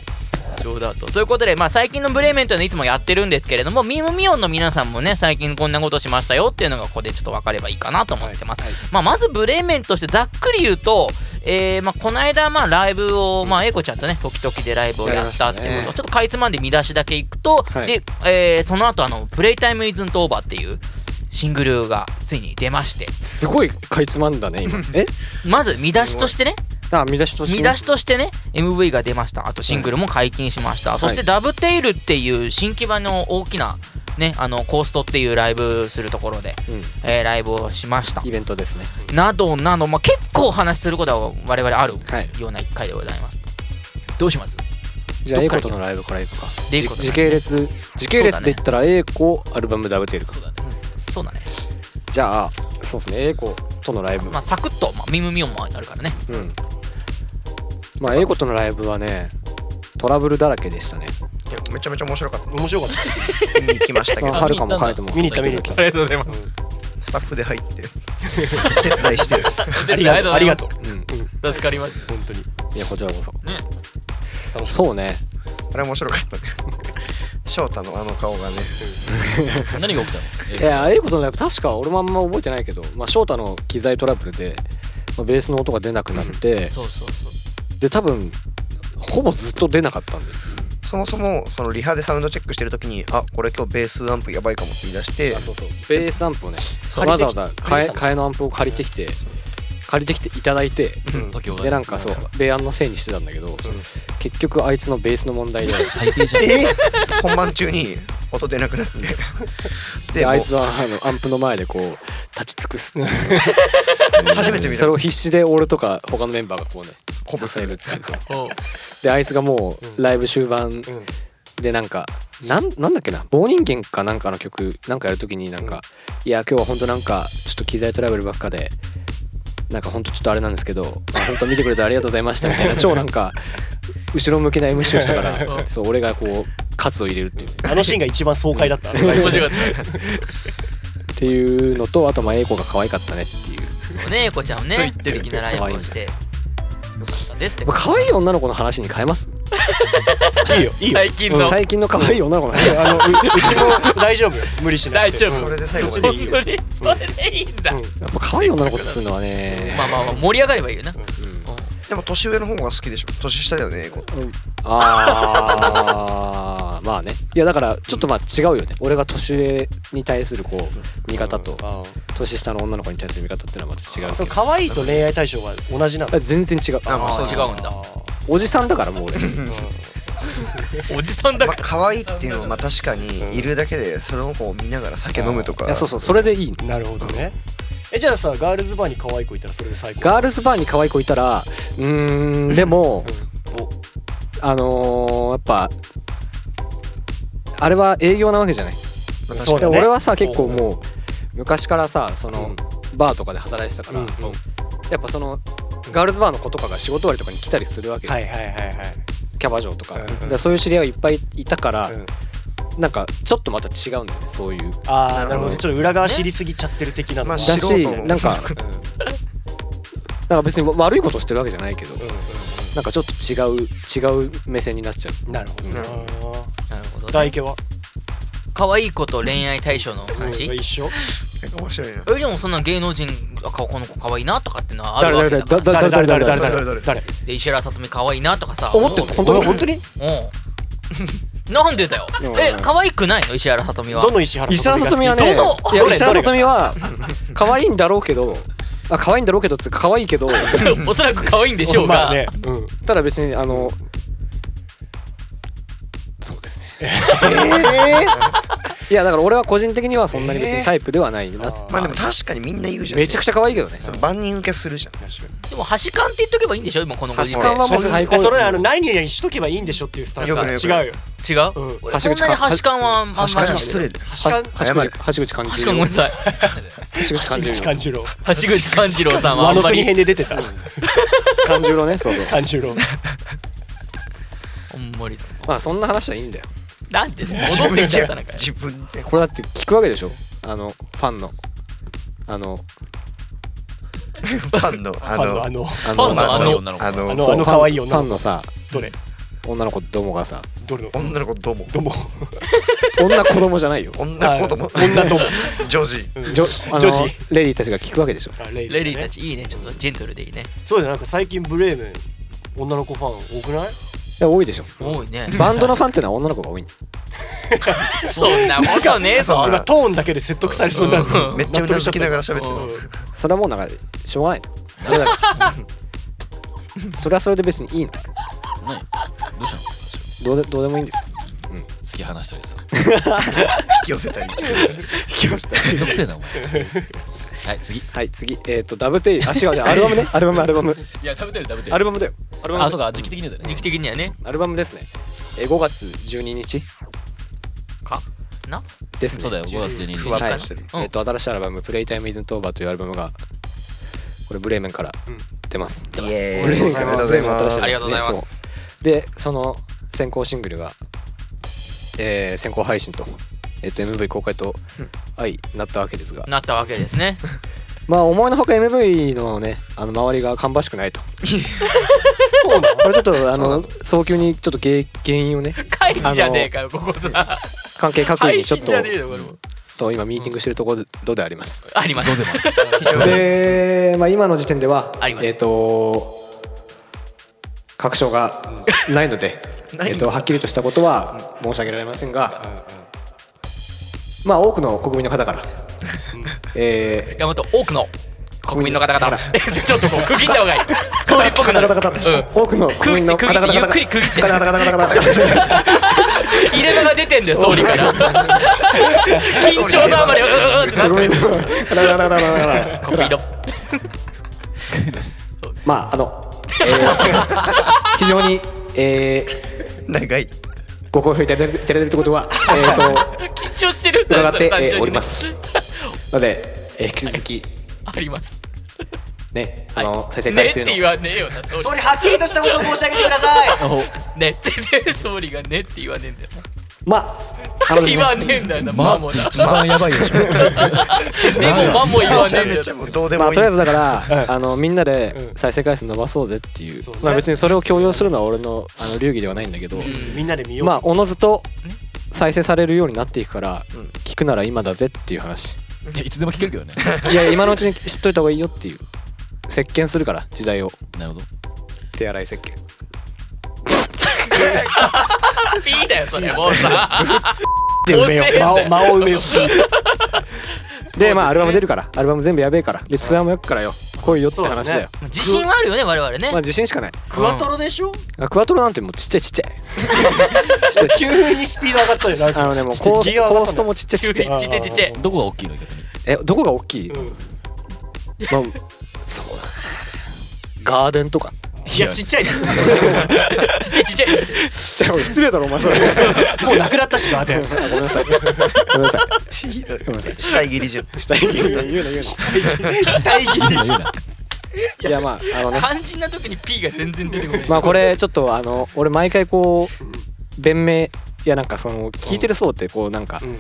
S1: ジョーダーとということで、まあ、最近のブレーメンというのはいつもやってるんですけれどもミームミオンの皆さんもね最近こんなことしましたよっていうのがここでちょっと分かればいいかなと思ってます、まあ、まずブレーメンとしてざっくり言うと、えーまあ、この間まあライブを、まあ、英子ちゃんとね時々でライブをやったっていう
S3: や
S1: こと
S3: りま
S1: をちょっとかいつまんで見出しだけいくと、
S3: はい
S1: で、えーその後あの「プレイタイムイズントオーバー」っていうシングルがついに出まして
S3: すごいかいつまんだね今え
S1: まず見出しとしてね
S3: あ見出しとして
S1: 見出しとしてね MV が出ましたあとシングルも解禁しました、そして「ダブテイルっていう新規版の大きなねあのコーストっていうライブするところで、
S3: うん
S1: えーライブをしました
S3: イベントですね
S1: などなど、まあ、結構お話しすることは我々ある
S3: はい
S1: ような一回でございます、どうします
S3: じゃ
S1: ど
S3: あ
S1: っ
S3: A
S1: から
S3: 子とのライブからいくか
S1: で
S3: じ
S1: A 子と
S3: 時系列時系列で言ったら A 子アルバムダブテールか
S1: そうだね
S3: じゃあそうですね A 子とのライブ
S1: まあサクッと、まあ、ミムミオンもあるからね
S3: うんまあ A 子とのライブはねトラブルだらけでしたね
S6: めちゃめちゃ面白かった
S5: 面白かった
S6: 見に行きましたけ
S3: まあ
S6: ど
S3: はるかもカイトも
S5: 見に行った見に行った
S1: りがとうございます
S6: スタッフで入って手伝いしてる
S5: ありがとう
S1: う助かりました
S5: 本当に
S3: いやこちらこそ
S5: 楽し
S3: そうね
S6: あれ面白かったね翔太のあの顔がね
S4: 何が起きたの
S3: いや A 子とのライブ確か俺もあんま覚えてないけど、まあ、翔太の機材トラブルで、まあベースの音が出なくなって
S1: そうそうそう
S3: で多分ほぼずっと出なかったんだよ
S6: そもそもそのリハでサウンドチェックしてる時にあこれ今日ベースアンプやばいかもって言い出して
S5: そうそう
S3: ベースアンプをね
S6: う
S3: わざわざ替え替えのアンプを借りてきて借りてきていただいて
S4: 時を
S3: でなんかそうベアンのせいにしてたんだけど、結局あいつのベースの問 題で
S4: 最低じゃん
S6: え本番中に音出なくなって
S3: で
S6: で
S3: あいつ
S6: も
S3: はあのアンプの前でこう立ち尽くすっていう
S6: う初めて見
S3: そ
S6: た
S3: れを必死で俺とか他のメンバーがこうね
S6: 鼓舞する
S3: 支えっていうそうであいつがもうライブ終盤でなんかなんなんだっけな棒人間かなんかの曲なんかやるときになんか、いや今日は本当なんかちょっと機材トラブルばっかでなんか本当ちょっとあれなんですけど、まあ、本当見てくれてありがとうございましたみ たいな超なんか後ろ向きな MC をしたからそう俺がこう喝を入れるっていう
S5: あのシーンが一番爽快だった。
S1: 面白かっ
S3: っていうのとあとまあ英子が可愛かったねっていう
S1: たねえこちゃんもね
S6: ずっと言っ
S1: 素
S6: てる
S1: 敵なライブをしてよかったですって
S3: まあ可愛い女の子の話に変えます
S5: いいよ、いいよ。
S1: 最近の
S3: 最近の可愛い女の子の話
S5: あのううちも大丈夫。無理しな
S1: 大
S5: い。
S1: 丈夫
S6: それで最後ま
S5: ど
S6: で
S5: っ
S1: 本
S5: ち
S1: 当
S5: でい
S1: に
S5: いよ
S1: それでいいんだ
S5: うん
S3: やっぱ可愛い女の子っつうのはね
S1: まあまあまあ盛り上がればいいよな
S6: でも年上の方が好きでしょ年下だよね英子
S3: あーまあ ねいやだからちょっとまあ違うよね俺が年上に対するこう見方と
S5: あ
S3: 年下の女の子に対する見方っていうのはまた違う
S5: あ。
S3: け
S5: そ
S3: ど
S5: の可愛いと恋愛対象は同じなの。
S3: 全然違う
S6: あまあ
S1: あ
S6: そう
S1: 違
S6: だ
S1: うんだ
S3: おじさんだからもう俺
S1: おじさんだ
S6: ま
S1: か
S6: あ可愛いっていうのはまあ確かにいるだけでその子を見ながら酒飲 むと
S3: い
S6: か
S3: やそうそうそれでいいの
S5: なるほどね。えじゃあさガールズバーに可愛い子いたらそれで最高。
S3: ガールズバーに可愛い子いたらうーんでもあのーやっぱあれは営業なわけじゃない
S6: まあ
S5: そう
S3: で
S5: だね
S3: 俺はさ結構もう昔からさその、バーとかで働いてたから、
S5: うんうん
S3: やっぱそのガールズバーの子とかが仕事終わりとかに来たりするわけよ、
S5: はいはいはいはい。
S3: キャバ嬢とか,、
S5: うんうん
S3: そういう知り合いがいっぱいいたから、
S5: うん
S3: なんかちょっとまた違うんだよねそういう
S5: ああなるほ
S6: なるほ
S5: ど。
S6: ど
S5: ちょっと裏側知りすぎちゃってる的なのは。
S6: まあ
S3: だ
S6: 素
S3: し
S6: 人の
S3: なんか
S5: うんうんうん
S3: なんか別に悪いことをしてるわけじゃないけど、
S5: う
S3: なんかちょっと違う違う目線になっちゃうん
S5: なるほど
S6: なる
S5: な。
S1: らなるほど
S5: 大池は
S1: 可愛い子と恋愛対象の話
S5: うん一緒。
S6: 面白いな
S1: えでもそんな芸能人あここの子可愛いなとかってのはある
S3: 誰
S1: わけだ
S3: 誰
S1: から
S3: 誰誰誰誰誰
S6: 誰
S5: 誰誰
S1: で石原さとみ可愛いなとかさ
S3: 思ってる本当に
S5: 本当に
S1: うんなん でだよ
S3: でもね
S1: え可愛くないの石原さとみは
S5: どの石原
S3: 石原さとみはね
S1: どの
S3: いや
S5: どれ
S3: 石原
S5: ど
S3: さ
S5: れが
S3: とみは可愛いんだろうけどあ可愛いんだろうけどつうか可愛いけど
S1: おそらく可愛いんで
S5: で
S1: しょう
S5: ま
S1: が
S5: あね、うん、
S3: ただ別にあのそうですね
S6: えー
S3: いやだから俺は個人的にはそんなに別にタイプではないな、
S6: まあでも確かにみんな言うじゃん
S3: めちゃくちゃ可愛いけどね
S6: その万人受けするじゃん
S1: でも端感って言っとけばいいんでしょ今このご時世
S3: 端感はもう
S6: そう
S3: 最
S5: え
S3: 高
S5: それあの何々にしとけばいいんでしょっていうスタンス
S6: よ
S5: だ
S6: くねよくね
S5: 違うよ
S1: 違う、
S5: うん
S1: 俺そんなに端感はあんまん
S6: 確
S1: ま
S6: か
S1: なんだ
S6: に失
S1: け
S6: 礼
S1: ど
S6: だ
S5: 端感
S3: 橋口橋口感
S1: 端
S3: じ
S1: 感ごめ
S3: る
S1: んなさい
S3: 橋口感
S5: 橋
S3: じ
S5: 口
S3: る
S5: 勘十郎
S1: 橋口勘次郎さんはあ
S5: 和
S1: ん
S5: の
S1: ま
S5: 国
S1: り
S5: 編で出てた
S3: 感じるねそうそう
S5: 勘十郎
S1: あんまり
S3: まあそんな話はいいんだよ
S1: なんで戻ってきちゃったのかよ
S6: 自分で
S3: これだって聞くわけでしょあのファンのあの
S6: ファンの
S5: あ
S6: あ
S5: の
S6: の
S5: あの
S3: あ
S1: ファンのあの
S4: 女の子
S6: あ
S5: あ
S6: の
S5: の
S3: そ
S5: あの
S3: う
S5: 可愛い
S3: ファンフ
S5: 女の
S3: ァン
S5: 子
S3: のさ
S5: どれ
S3: 女の子どもがさ
S5: どれの
S6: 女の子どうも
S5: どうも
S3: 女子供じゃないよ
S6: 女子ども
S5: あ 女ども
S6: ジョージ
S3: じょあ
S5: 女
S3: の
S5: 子
S3: レディーたちが聞くわけでしょ
S5: あレ
S1: レディー
S5: ね
S1: たちいいねちょっとジェントルでいいね
S5: そうだよなんか最近ブレーメン女の子ファン多くな
S3: い
S5: い
S3: や多いでしょ
S1: 多いね
S3: バンドのファンってのは女の子が多いんだよ
S1: そんなことねえぞ
S6: なん
S5: 今トーンだけで説得されそうになる
S1: うん
S6: めっちゃうなずきながら喋って
S1: うん
S6: る
S3: それはもうなんかしょうがないの俺だ からそれはそれで別にいいの
S4: 何どうしたの
S3: どうでどうでもいいんですよ
S4: 突き放したりさ
S6: 引き寄せたり
S4: めんどくせえなお 前はい次い
S3: はい次えっとダブテイあ 違う違うアルバムねアルバムアルバム
S4: や食べてる食べて
S3: アルバムだよアルバム
S4: あそうか時期的にだよ
S1: 時
S4: ね
S1: 期的にはね
S3: アルバムですねえー5月12日
S1: かな
S3: ですね
S4: そうだよ5月12
S6: ふ
S4: 日
S6: わっとしてる
S1: うん
S3: えっと新しいアルバム「プレイタイム・イズ・ントーバー」というアルバムがこれブレーメンから出ます、
S6: イエーイおめでとうございます
S1: ありがとうございます
S3: すでその先行シングルが、えー先行配信と,、えっと MV 公開と相なったわけですが
S1: なったわけです ね
S3: まあ思いのほか MV のねあの周りが芳しくないとそうなの これちょっとあ
S6: そうな
S3: の
S6: の
S3: 早急にちょっと原原因をね
S1: 会議じゃねえかよここさ
S3: 関係各位
S1: 配
S3: にちょっ
S1: 信
S3: と
S1: じゃねえよこれも
S3: と今ミーティングしてるところであります
S1: あります
S4: どうでもいい
S3: で、まあ、今の時点では
S1: あります
S3: えっ、と確証がないので
S6: ない
S3: えっとはっきりとしたことは申し上げられませんが、まあ多くの国民の方から、え
S1: 山本多くの国民の方々 ちょっとこう区切った方がいい総理っぽくなる
S3: ガタガタガタ
S1: うん
S3: 多くの国民の
S1: 区切って
S3: ガタガタガタ
S1: ゆっくり区切って
S3: ガタガタガタガタガタ
S1: 入れ歯が出てんだよ総理から 緊張のあまりうーってなって
S3: 国民のガタガタガタガタガタ
S1: 国民の
S3: まああの、えー非常に、えー
S6: 長い。
S3: ご好評いただいてるってことは、えー、と
S1: 緊張してるんだよ
S3: 伺って
S1: それ単純にね
S3: えーおりますので、えー引き続き
S1: あります
S3: ね、
S1: はい
S3: あの再生
S1: ね
S3: 回
S1: っ
S3: 数
S1: て
S3: の
S1: 言わねえよな総理
S5: 総理はっきりとしたことを申し上げてください
S1: ねって ね総理がねって言わねえんだよ
S3: まああの で
S1: 言
S3: すね
S1: わねえんだよな
S4: ま
S1: マモな
S4: 一番やばいでしょ。
S1: でもマモ言わ
S6: めち
S1: ね
S6: ゃ
S1: えんだ
S6: め
S1: よ
S6: ちゃもうどうで
S3: まあ
S6: もいい
S3: とりあえずだ からあのみんなで再生回数伸ばそうぜっていう
S5: そう
S3: まあ別にそれを強要するのは俺のあの流儀ではないんだけど
S5: みんなで見よう。
S3: まあおのずと再生されるようになっていくから聞くなら今だぜっていう話
S4: いやいつでも聞けるけ どね。
S3: いや今のうちに知っといた方がいいよっていう石鹸するから時代を
S4: なるほど。
S3: 手洗い石鹸
S1: ピーだよそれもうさ
S5: で埋めよ
S1: 構成
S5: う。間を間を埋めよう。
S3: でまあアルバム出るからアルバム全部やべえからでツアーもやっからよ来いよって話だよ
S1: 自信はあるよね我々ね
S3: まあ自信しかない
S5: クワトロでしょ？
S3: あクワトロなんてもうちっちゃいちっちゃい
S5: 急にスピード上がったよなん
S3: あ
S5: か。
S3: のねもう
S5: ちっちゃい
S3: コー
S5: ギア
S3: ス
S5: 上が
S3: コー
S5: った
S3: ス
S5: んだ
S3: トもちっちゃいちっちゃい
S1: ちっちゃいちっちゃい
S4: どこが大きいの逆 に。
S3: えどこが大きい、
S5: ん
S3: まあそうだなガーデンとか
S5: いやちっちゃいな。
S1: ちっちゃいちっちゃいですって
S3: ちっちゃい失礼だろお前それ
S5: もうなくなったし か。
S3: ごめんなさいごめんなさい
S6: ひどい
S3: めんなさい
S6: 死体切りじゃん。
S3: 下に言うな言 うな言う
S5: 下い
S4: 言うな言うな。
S3: ないやまああのね
S1: 肝心な時に P が全然出てこない
S3: まあこれちょっとあの俺毎回こう弁明いやなんかその聞いてる層ってこうなんか
S5: ん
S3: ちょ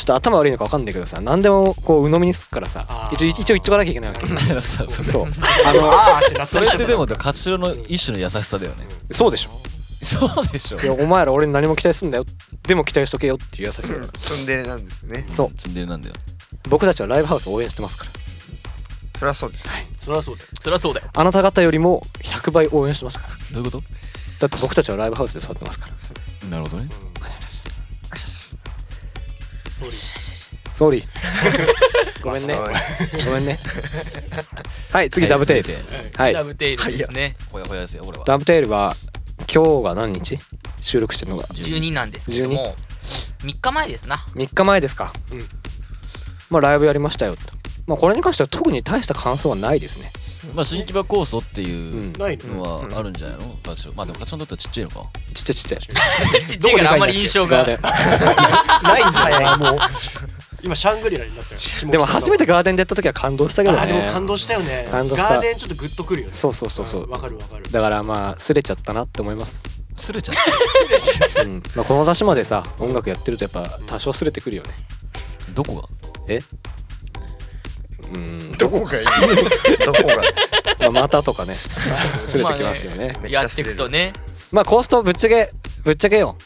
S3: っと頭悪いのか分かんないけどさ何でもこう鵜呑みにすっからさ
S5: あー
S3: 一応一応言っとかなきゃいけないわけ
S4: そうそ れ
S3: そうあの
S5: あーってなった。
S4: それってでも活動の一種の優しさだよね。
S3: そうでしょ
S4: そうでしょ。
S3: いやお前ら俺に何も期待すんだよでも期待しとけよっていう優しさだか
S6: ツンデレなんですよね
S3: ら。そう
S4: ツンデレなんだよ。
S3: 僕たちはライブハウスを応援してますから
S6: そりゃそうです。
S5: そりゃそうだよ。
S1: そりゃそうだよ
S3: あなた方よりも100倍応援してますから
S4: どういうこ
S3: だって僕たちはライブハウスで育ってますから
S4: となるほどね。
S5: 総理。
S3: 総 理ごめんねごめんねはい次ダブテイル
S4: ル。
S3: はい
S1: ダブテイルですね
S4: ほやほやですよ、これは。
S3: ダブテイルは今日が何日収録してるのが
S1: 12なんですけども3日前ですな
S3: 3日前ですか、
S5: うん
S3: まあライブやりましたよとまあこれに関しては特に大した感想はないですね
S4: まあ、新木場酵素って
S3: う
S4: い
S3: ん
S4: う
S5: ない
S4: の
S5: の。
S4: はあるんじゃないのガチロまあ、でもガチロにとってはちっちゃいのか。
S3: ちっちゃいちっちゃい
S1: ちっちゃいからあんまり印象が
S3: ガ ーデン
S5: ないんだよ。もう。今シャングリラになったよ。
S3: でも初めてガーデンでやった時は感動したけど
S5: あー
S3: ね
S5: でも感動したよね。ガ
S3: 感動した
S5: ーデンちょっとグッとくるよね。
S3: そうそうそうそう
S5: わかるわかる。
S3: だからまあすれちゃったなって思います、
S4: すれちゃっ
S3: うんまあ、この出しまでさ音楽やってるとやっぱ多少すれてくるよね
S4: た。どこが
S3: えうん、
S6: どこがいいどこが
S3: まあ、またとかねすれてきますよね
S6: めっち
S1: や
S6: ゃ
S1: って
S6: す
S1: いく
S6: れる
S1: とね
S3: まあコーストぶっちゃけぶっちゃけよ、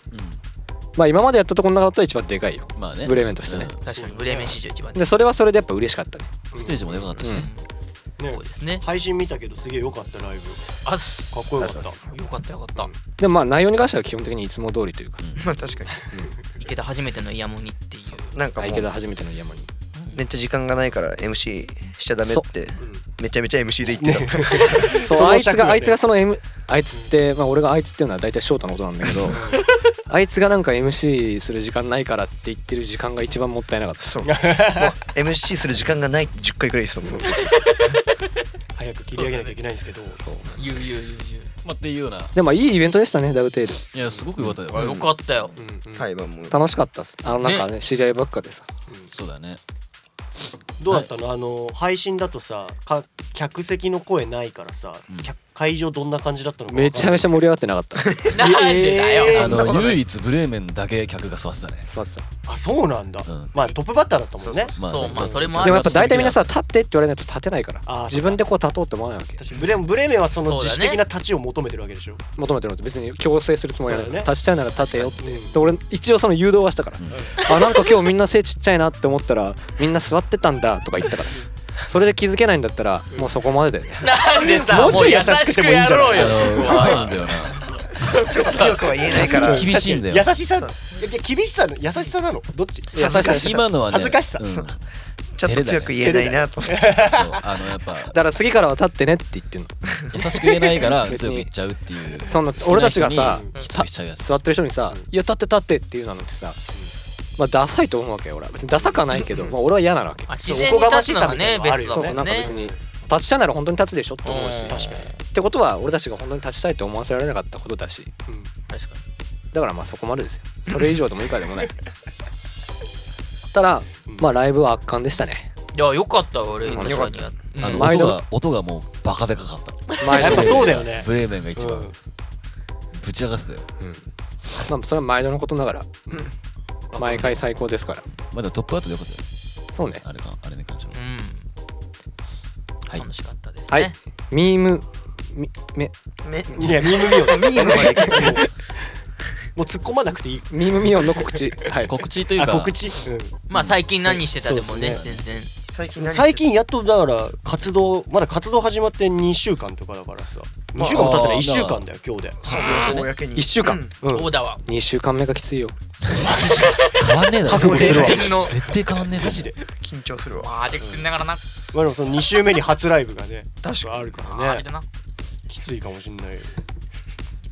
S3: まあ今までやったとこの中だと一番でかいよ
S4: まあね。
S3: ブレーメンとしてね
S4: うん
S1: 確かにブレーメン史上一番
S3: でそれはそれでやっぱ嬉しかったね
S4: ステージもでかかったしね。
S5: ね
S1: そうですね
S5: 配信見たけどすげえ良かったライブ。
S1: あっす
S5: かっこよかった。
S1: よかったよかった
S3: でもまあ内容に関しては基本的にいつも通りというか
S6: まあ確かに。
S1: 池田初めてのイヤモニっていう
S6: なんかも
S3: 池
S6: う
S3: 田初めての山に
S6: めっちゃ時間がないから MC しちゃダメってめちゃめちゃ MC で言ってた。
S3: そう
S5: その
S3: あいつ
S5: 尺
S3: が
S5: が
S3: あいつがその M あいつってまあ俺があいつっていうのは大体翔太のことなんだけどあいつがなんか MC する時間ないからって言ってる時間が一番もったいなかった
S6: そう。もう MC する時間がないって10回くらいですもん。
S5: 早く切り上げなきゃいけないんですけど。そう。
S1: 言う言う言う言う
S4: まあ、っていうような。
S3: でもいいイベントでしたねダブテール
S4: いや、すごく良かった
S1: あよ
S4: よ。
S1: かったよ
S6: はい、まあもう。
S3: 楽しかったっすあのなんかね知り合いばっかでさ
S4: そうだね。
S5: どうだったのあの配信だとさか客席の声ないからさ客会場どんな感じだったのか
S3: めちゃめ
S5: ち
S3: ちゃ盛り上がってなかった
S1: なんでだよ
S4: あの、唯一ブレーメンだけ客が座ってたね。
S3: そうそう
S5: ゃ。あそうなんだ
S4: ん。
S5: まあトップバッターだったもんね。
S4: ま
S1: そうまあそれもある
S3: でもやっぱ大体みんなさ立ってって言われないと立てないから
S5: あー
S3: 自分でこう立とうって思わないわけ
S5: 確かにブレブレーメンはその
S1: そうだね
S5: 自主的な立ちを求めてるわけでしょ。
S3: 求めてるのって別に強制するつもりはない、
S5: そうだよね
S3: 立ちたいなら立てよって、
S5: うん
S3: で俺一応その誘導はしたから、あなんか今日みんな背ちっちゃいなって思ったらみんな座ってたんだとか言ったからそれで気づけないんだったらもうそこまでだよね
S1: なんでさ
S5: もうちょい優しくてもいいんじゃない
S1: もう優しくやろう
S4: あ
S1: よ
S4: の、
S1: そこ
S4: そう
S1: は
S4: なんだよな。
S6: ちょっと強くは言えないから。
S4: 厳しいんだ
S5: 優
S4: よ。
S5: しさいやいや厳しさ優しさなのどっち
S3: 優しさ
S6: しさ
S4: 今のはね。
S5: 恥ずかしさ
S4: うん
S6: ちょっと強く言えないなと思って
S4: そうあのやっぱ
S3: から次からは立ってねって言ってんの
S4: 優しく言えない から
S3: 別に
S4: 強く言っちゃうっていう
S3: そんな俺たちがさ
S4: 好きな人にきつくしちゃうやつ
S3: 座ってる人にさ「いや立って立って」っていうなのってさまあダサいと思うわけよ俺は別にダサくはないけど、まあ、俺は嫌なわけ
S1: あ自然に立つのがね
S5: おこ
S1: ベ
S5: がま
S1: ス
S5: し
S1: ト
S5: さ
S1: だ
S3: そう
S1: も
S3: そうんなんか
S1: ね
S3: 別に立ちたいなら本当に立つでしょって思うし
S1: うん確か
S3: ってことは俺たちが本当に立ちたいと思わせられなかったことだし
S1: 確かに
S3: だからまあそこまでですよそれ以上でも以下でもないただまあライブは圧巻でしたね
S1: いやよかったわ俺
S3: うん
S1: 確かにやうん
S4: あの
S3: 前の
S4: 音が音がもうバカでかかった
S3: 前
S5: やっ
S3: の
S5: ぱそうだよね
S4: ブレーメンが一番
S5: うん
S4: ぶち上がすだよ
S3: まあそれは毎度のことながら毎回最高ですから
S4: まあでもトップアウトでよかったよ
S3: そうね
S4: あれかあれね感じは
S1: うん
S4: はい
S1: 楽しかったです
S3: はい、
S1: ね
S3: ミームみめ
S6: ね
S5: いやミームミオン
S6: ミームまで来て
S5: もう突っ込まなくていい
S3: ミームミオンの告知はい
S4: 告知という
S5: あ
S4: か
S5: 告知、うん
S1: まあ最近何してたでもね
S5: そう
S1: 全然
S6: 最近何して
S5: 最近やっとだから活動まだ活動始まって2週間とかだからさ2週間も経ってない1週間だよ今日で、
S6: 公に
S3: 一週間
S6: うん
S5: うん
S1: そうだわ
S3: 2週間目がきついよ
S4: 変わんねえだろ
S5: 覚悟するわ
S1: 全然の
S4: 絶対変わんねえだ
S5: マ
S4: ろ
S5: ジで
S6: 緊張するわ
S1: まあできてんながらな
S5: まあでもその2週目に初ライブがね
S6: 確かに
S5: あるか
S1: あ
S5: ら
S1: れ
S5: ね
S1: だな
S5: きついかもしんないよ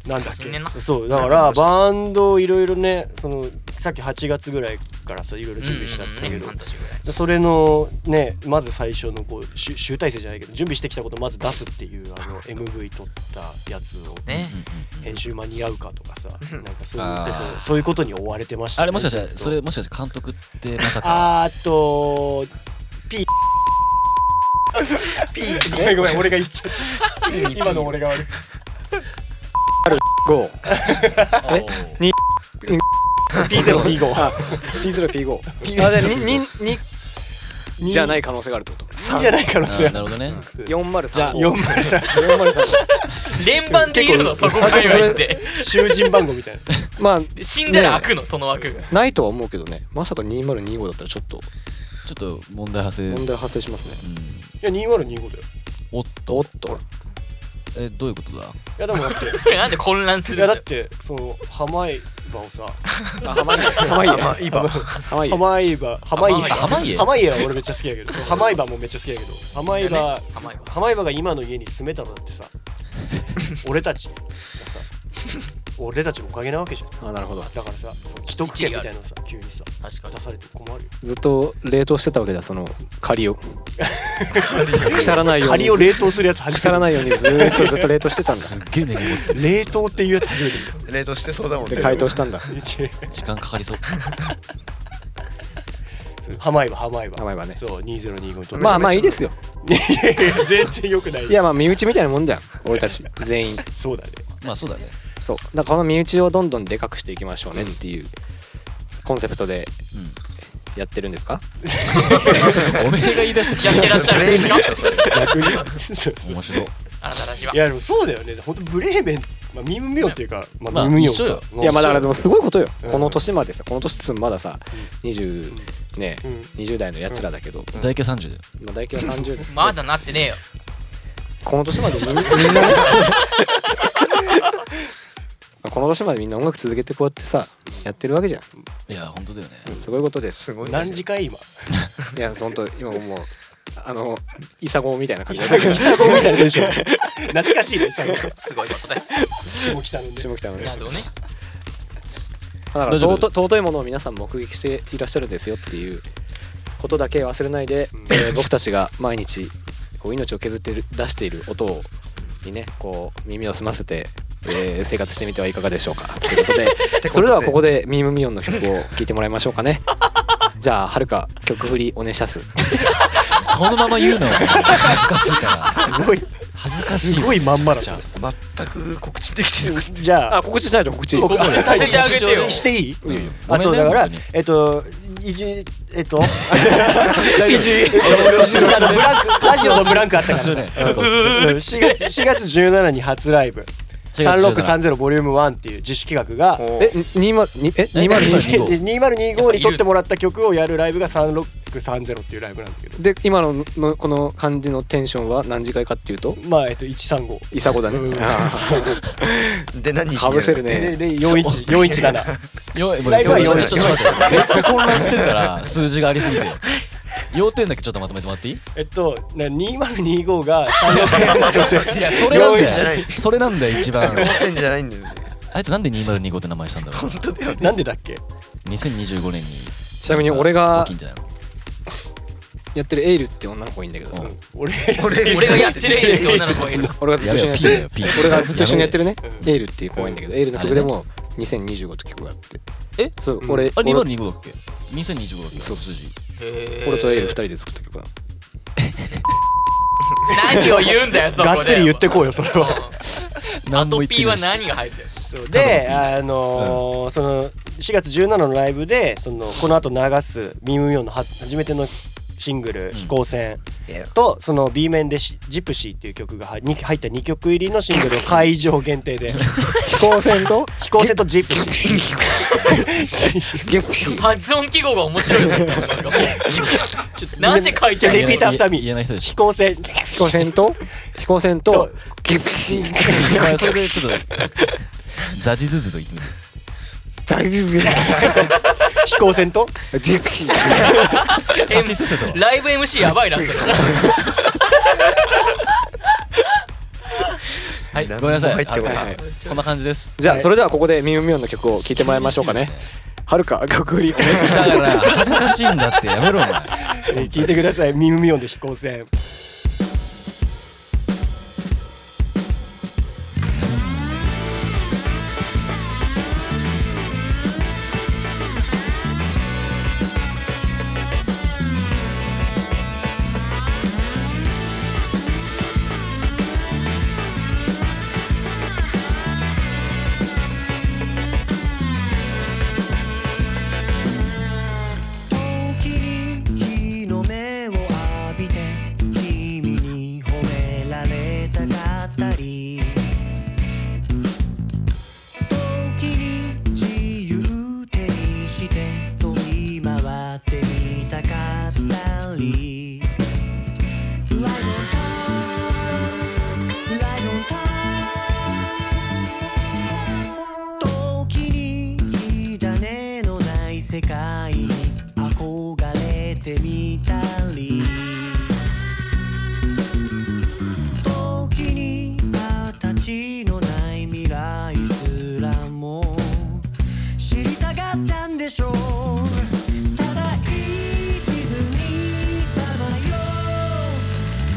S5: なんだっ
S1: 新年な
S5: けそうだからバンドいろいろねそのさっき8月ぐらいからさいろいろ準備したっつったけ
S1: うん
S5: ど
S1: 半年ぐらい
S5: それのねまず最初のこう集集大成じゃないけど準備してきたことをまず出すっていうあの MV 撮ったやつを
S1: ね
S5: 編集間に合うかとかさなんかそういうこ
S4: あ
S5: と
S4: ー
S5: そういうことに追われてましたね
S4: あれもしかしたらそれもしかして監督ってまさか
S5: あーっと P
S6: ピ
S5: ごめんごめん俺が言っちゃっ
S6: ー
S5: た今の俺が悪い
S3: 5
S4: え
S3: に
S5: P0P5
S3: P0P5 あでにににじゃない可能性があるってこと
S5: いいじゃない可能性
S4: なるほどねじゃあ
S3: 403
S5: 403
S3: 403
S1: 連番で言うのそこから言って
S5: 囚人番号みたいな
S3: まあ
S1: 死んだら開くのその枠が
S3: ないとは思うけどねまさか2025だったらちょっと
S4: ちょっと問題発生
S3: 問題発生しますね
S5: いや2025だよ
S4: おっ
S3: お
S4: と
S3: っと
S4: えどういうことだ
S5: いやでもだって
S1: なんで混乱す
S5: い
S1: る
S5: や
S1: ん
S5: だ
S1: だ
S5: っ
S1: よ
S5: てその浜井場をさ
S3: 浜家浜家
S6: まあ今
S3: 浜家
S5: 浜井場浜井
S1: 浜井
S5: 場
S4: 濱家
S5: 濱家は俺めっちゃ好きやけどそう濱家もめっちゃ好きやけど濱家が
S1: 甘いわ
S5: 濱家が今の家に住めたのだって さ俺たちがさ俺たちのおかげなわけじゃん
S3: あなるほど
S5: だからさその既得権みたいなのさ急にさ
S1: 確かに
S5: 出されて困るよ
S3: ずっと冷凍してたわけだその借りを腐らないよう
S5: 仮
S3: に
S5: を冷凍するやつ初
S3: 腐ら
S5: めて
S3: ないようにずーっとずっと冷凍してたん
S4: すっげえ根に持ってる
S5: 冷凍っていうやつ初めて
S6: 冷凍してそうだもん
S3: だ
S6: ね
S3: で解凍した んだ
S5: 見た
S4: 時間かかりそう
S5: 濱家は濱家は
S3: 濱家はね
S5: そう2025にとって
S3: まあまあいいですよ
S5: いやいやいや 全然良くない
S3: いやまあ身内みたいなもんじゃん俺たち全員
S5: そうだね
S4: まあそうだね
S3: そうだからこの身内をどんどんでかくしていきましょうねっていうコンセプトでやってるんですか
S4: おめえが言い出して
S1: やってらっしゃるんですか
S5: 逆にそう
S4: 面白い
S1: あなたたちはい
S5: やでもそうだよね本当ブレーメン、まあ、ミームミオンっていうか、まあ、
S4: まあ
S5: ミームミオン
S4: 一緒よ
S5: か
S3: いやまあだからでもすごいことよ、
S5: うん
S3: この年までさこの年っつってもまださ、20ね、
S5: うん
S3: 20代のやつらだけど、
S4: 大体30だよ
S3: まあ大体は30代
S1: まだなってねえよ
S3: この年までみんみん なねこの年までみんな音楽続けてこうやってさやってるわけじゃん
S4: いや本当だよね
S3: すごいことです
S6: すごい
S5: 何時間今
S3: いやほんと今もうあのイサゴみたいな感じ
S5: イサゴみたいなでしょ 懐かしいねイサゴ
S1: すごいことです
S5: 下北のね
S3: 下北のね
S1: なるほどね
S3: だから
S4: 大丈夫
S3: 尊尊いものを皆さん目撃していらっしゃるんですよっていうことだけ忘れないで、えー僕たちが毎日こう命を削ってる出している音をにねこう耳を澄ませて、えー生活してみてはいかがでしょうかということで
S6: で
S3: それではここでミームミヨンの曲を聴いてもらいましょうかね じゃあはるか曲振りおねしゃす
S4: そのまま言うの恥ずかしいから
S5: すごい
S4: 恥ずかしい
S5: すごいまんまだ
S4: じゃ
S5: じ
S6: 全く告知できてなくて
S5: ゃ
S3: あ
S5: あ
S3: 告知しないと 告知
S5: 告知しない
S1: させてあげてよ
S5: していい
S4: うんうん
S5: あそうだか
S4: ご
S5: ら
S4: めんね
S5: えっといじえっといじえっとブランクラジオのブランクあったから
S4: 本当
S5: うん
S4: に
S5: 4月4月17に初ライブ3630ボリューム1っていう自主企画が
S6: もう
S3: えに20にえ2020
S4: 2025
S5: 2025に撮ってもらった曲をやるライに撮ってもらった曲をやるライブが3630っていうライブなんだけど
S3: で今ののこの感じのテンションは何時間かっていうと
S5: まあえっと135
S3: イサゴだね
S5: うん
S6: で何日
S3: かぶせるね
S5: でで41 417
S4: よいもう
S5: ライブは
S4: ちょ
S5: 4
S4: ちょちょちょちょめっちゃ混乱してるから数字がありすぎて要点だけちょっとまとめてもらっていい
S5: えっとな2025が3600
S4: いやそれなんだ
S6: 用意しな
S4: よ
S6: い
S4: それなんだよ一番
S6: 本んじゃないんだよね
S4: あいつなんで2025って名前したんだろ う
S5: なんでだっけ
S4: 2025年に
S3: ちなみに俺が
S4: 大きいんじゃないの
S3: やってるエイルって女の子いいんだけどさ、
S4: うん
S5: 俺
S6: 俺
S1: 俺がやってるエイルって女の子がいる の
S3: 俺がずっ
S4: や
S3: と一
S4: べ
S3: 緒に
S4: え
S3: やっ
S4: P
S3: てる
S4: だよ P
S3: 俺がずっと一緒にやってるね
S5: うん
S3: エイルっていう子がいいんだけどエイルの曲でも2025って曲があって
S4: え
S3: そう
S5: うん
S3: 俺
S4: あ
S3: 俺
S4: 2025だっけ2025だっけ
S3: そう
S4: 数字
S3: 俺とエイル二人で作った曲なの
S1: 何を言うんだよそこで
S5: がっつり言ってこうよそれは
S1: あ
S4: 何も
S1: と
S4: 言って
S1: P
S4: な
S1: はい
S4: し
S1: 何が入ってる
S5: で、あのーその4月17のライブでそのこの後流すミム・ヨンのは初めてのシングル「飛行船」とその B 面でし「ジプシー」っていう曲が入に入った2曲入りのシングルを会場限定で
S3: 飛行船と
S5: 飛行船とジプシー
S3: ゲッピー
S1: 発音記号が面白いねなんかなんて書いてあ
S5: じゃあ
S1: る
S5: リピートアフターミー
S4: 言えない人でし
S5: 飛行船
S3: 飛行船と飛行船とゲッピー
S4: ょお前それでちょっと ザジズズと言ってみる
S3: 大丈夫
S5: 飛行船と
S3: ジェッピー
S4: 差し進せそれ
S1: ライブ MC やばいなそれ
S4: はいごめんなさ
S6: 何も入
S4: い
S6: って
S4: あ
S6: こ
S4: の
S6: ない
S4: さんこんな感じです
S3: じゃあそれではここでミュンミュンの曲を聴いてもらいましょうかねはるか曲振りお願いします
S4: だから恥ずかしいんだってやめろお前
S5: えー聞いてくださいミム・ミヨンで飛行船
S2: 時に日の目を浴びて君に褒められたかったり時に自由手にして飛び回ってみたかったり Ride on time Ride on time 時に火種のない世界に憧れてみたり時に形のない未来すらも知りたかったんでしょうただ一途にさまよ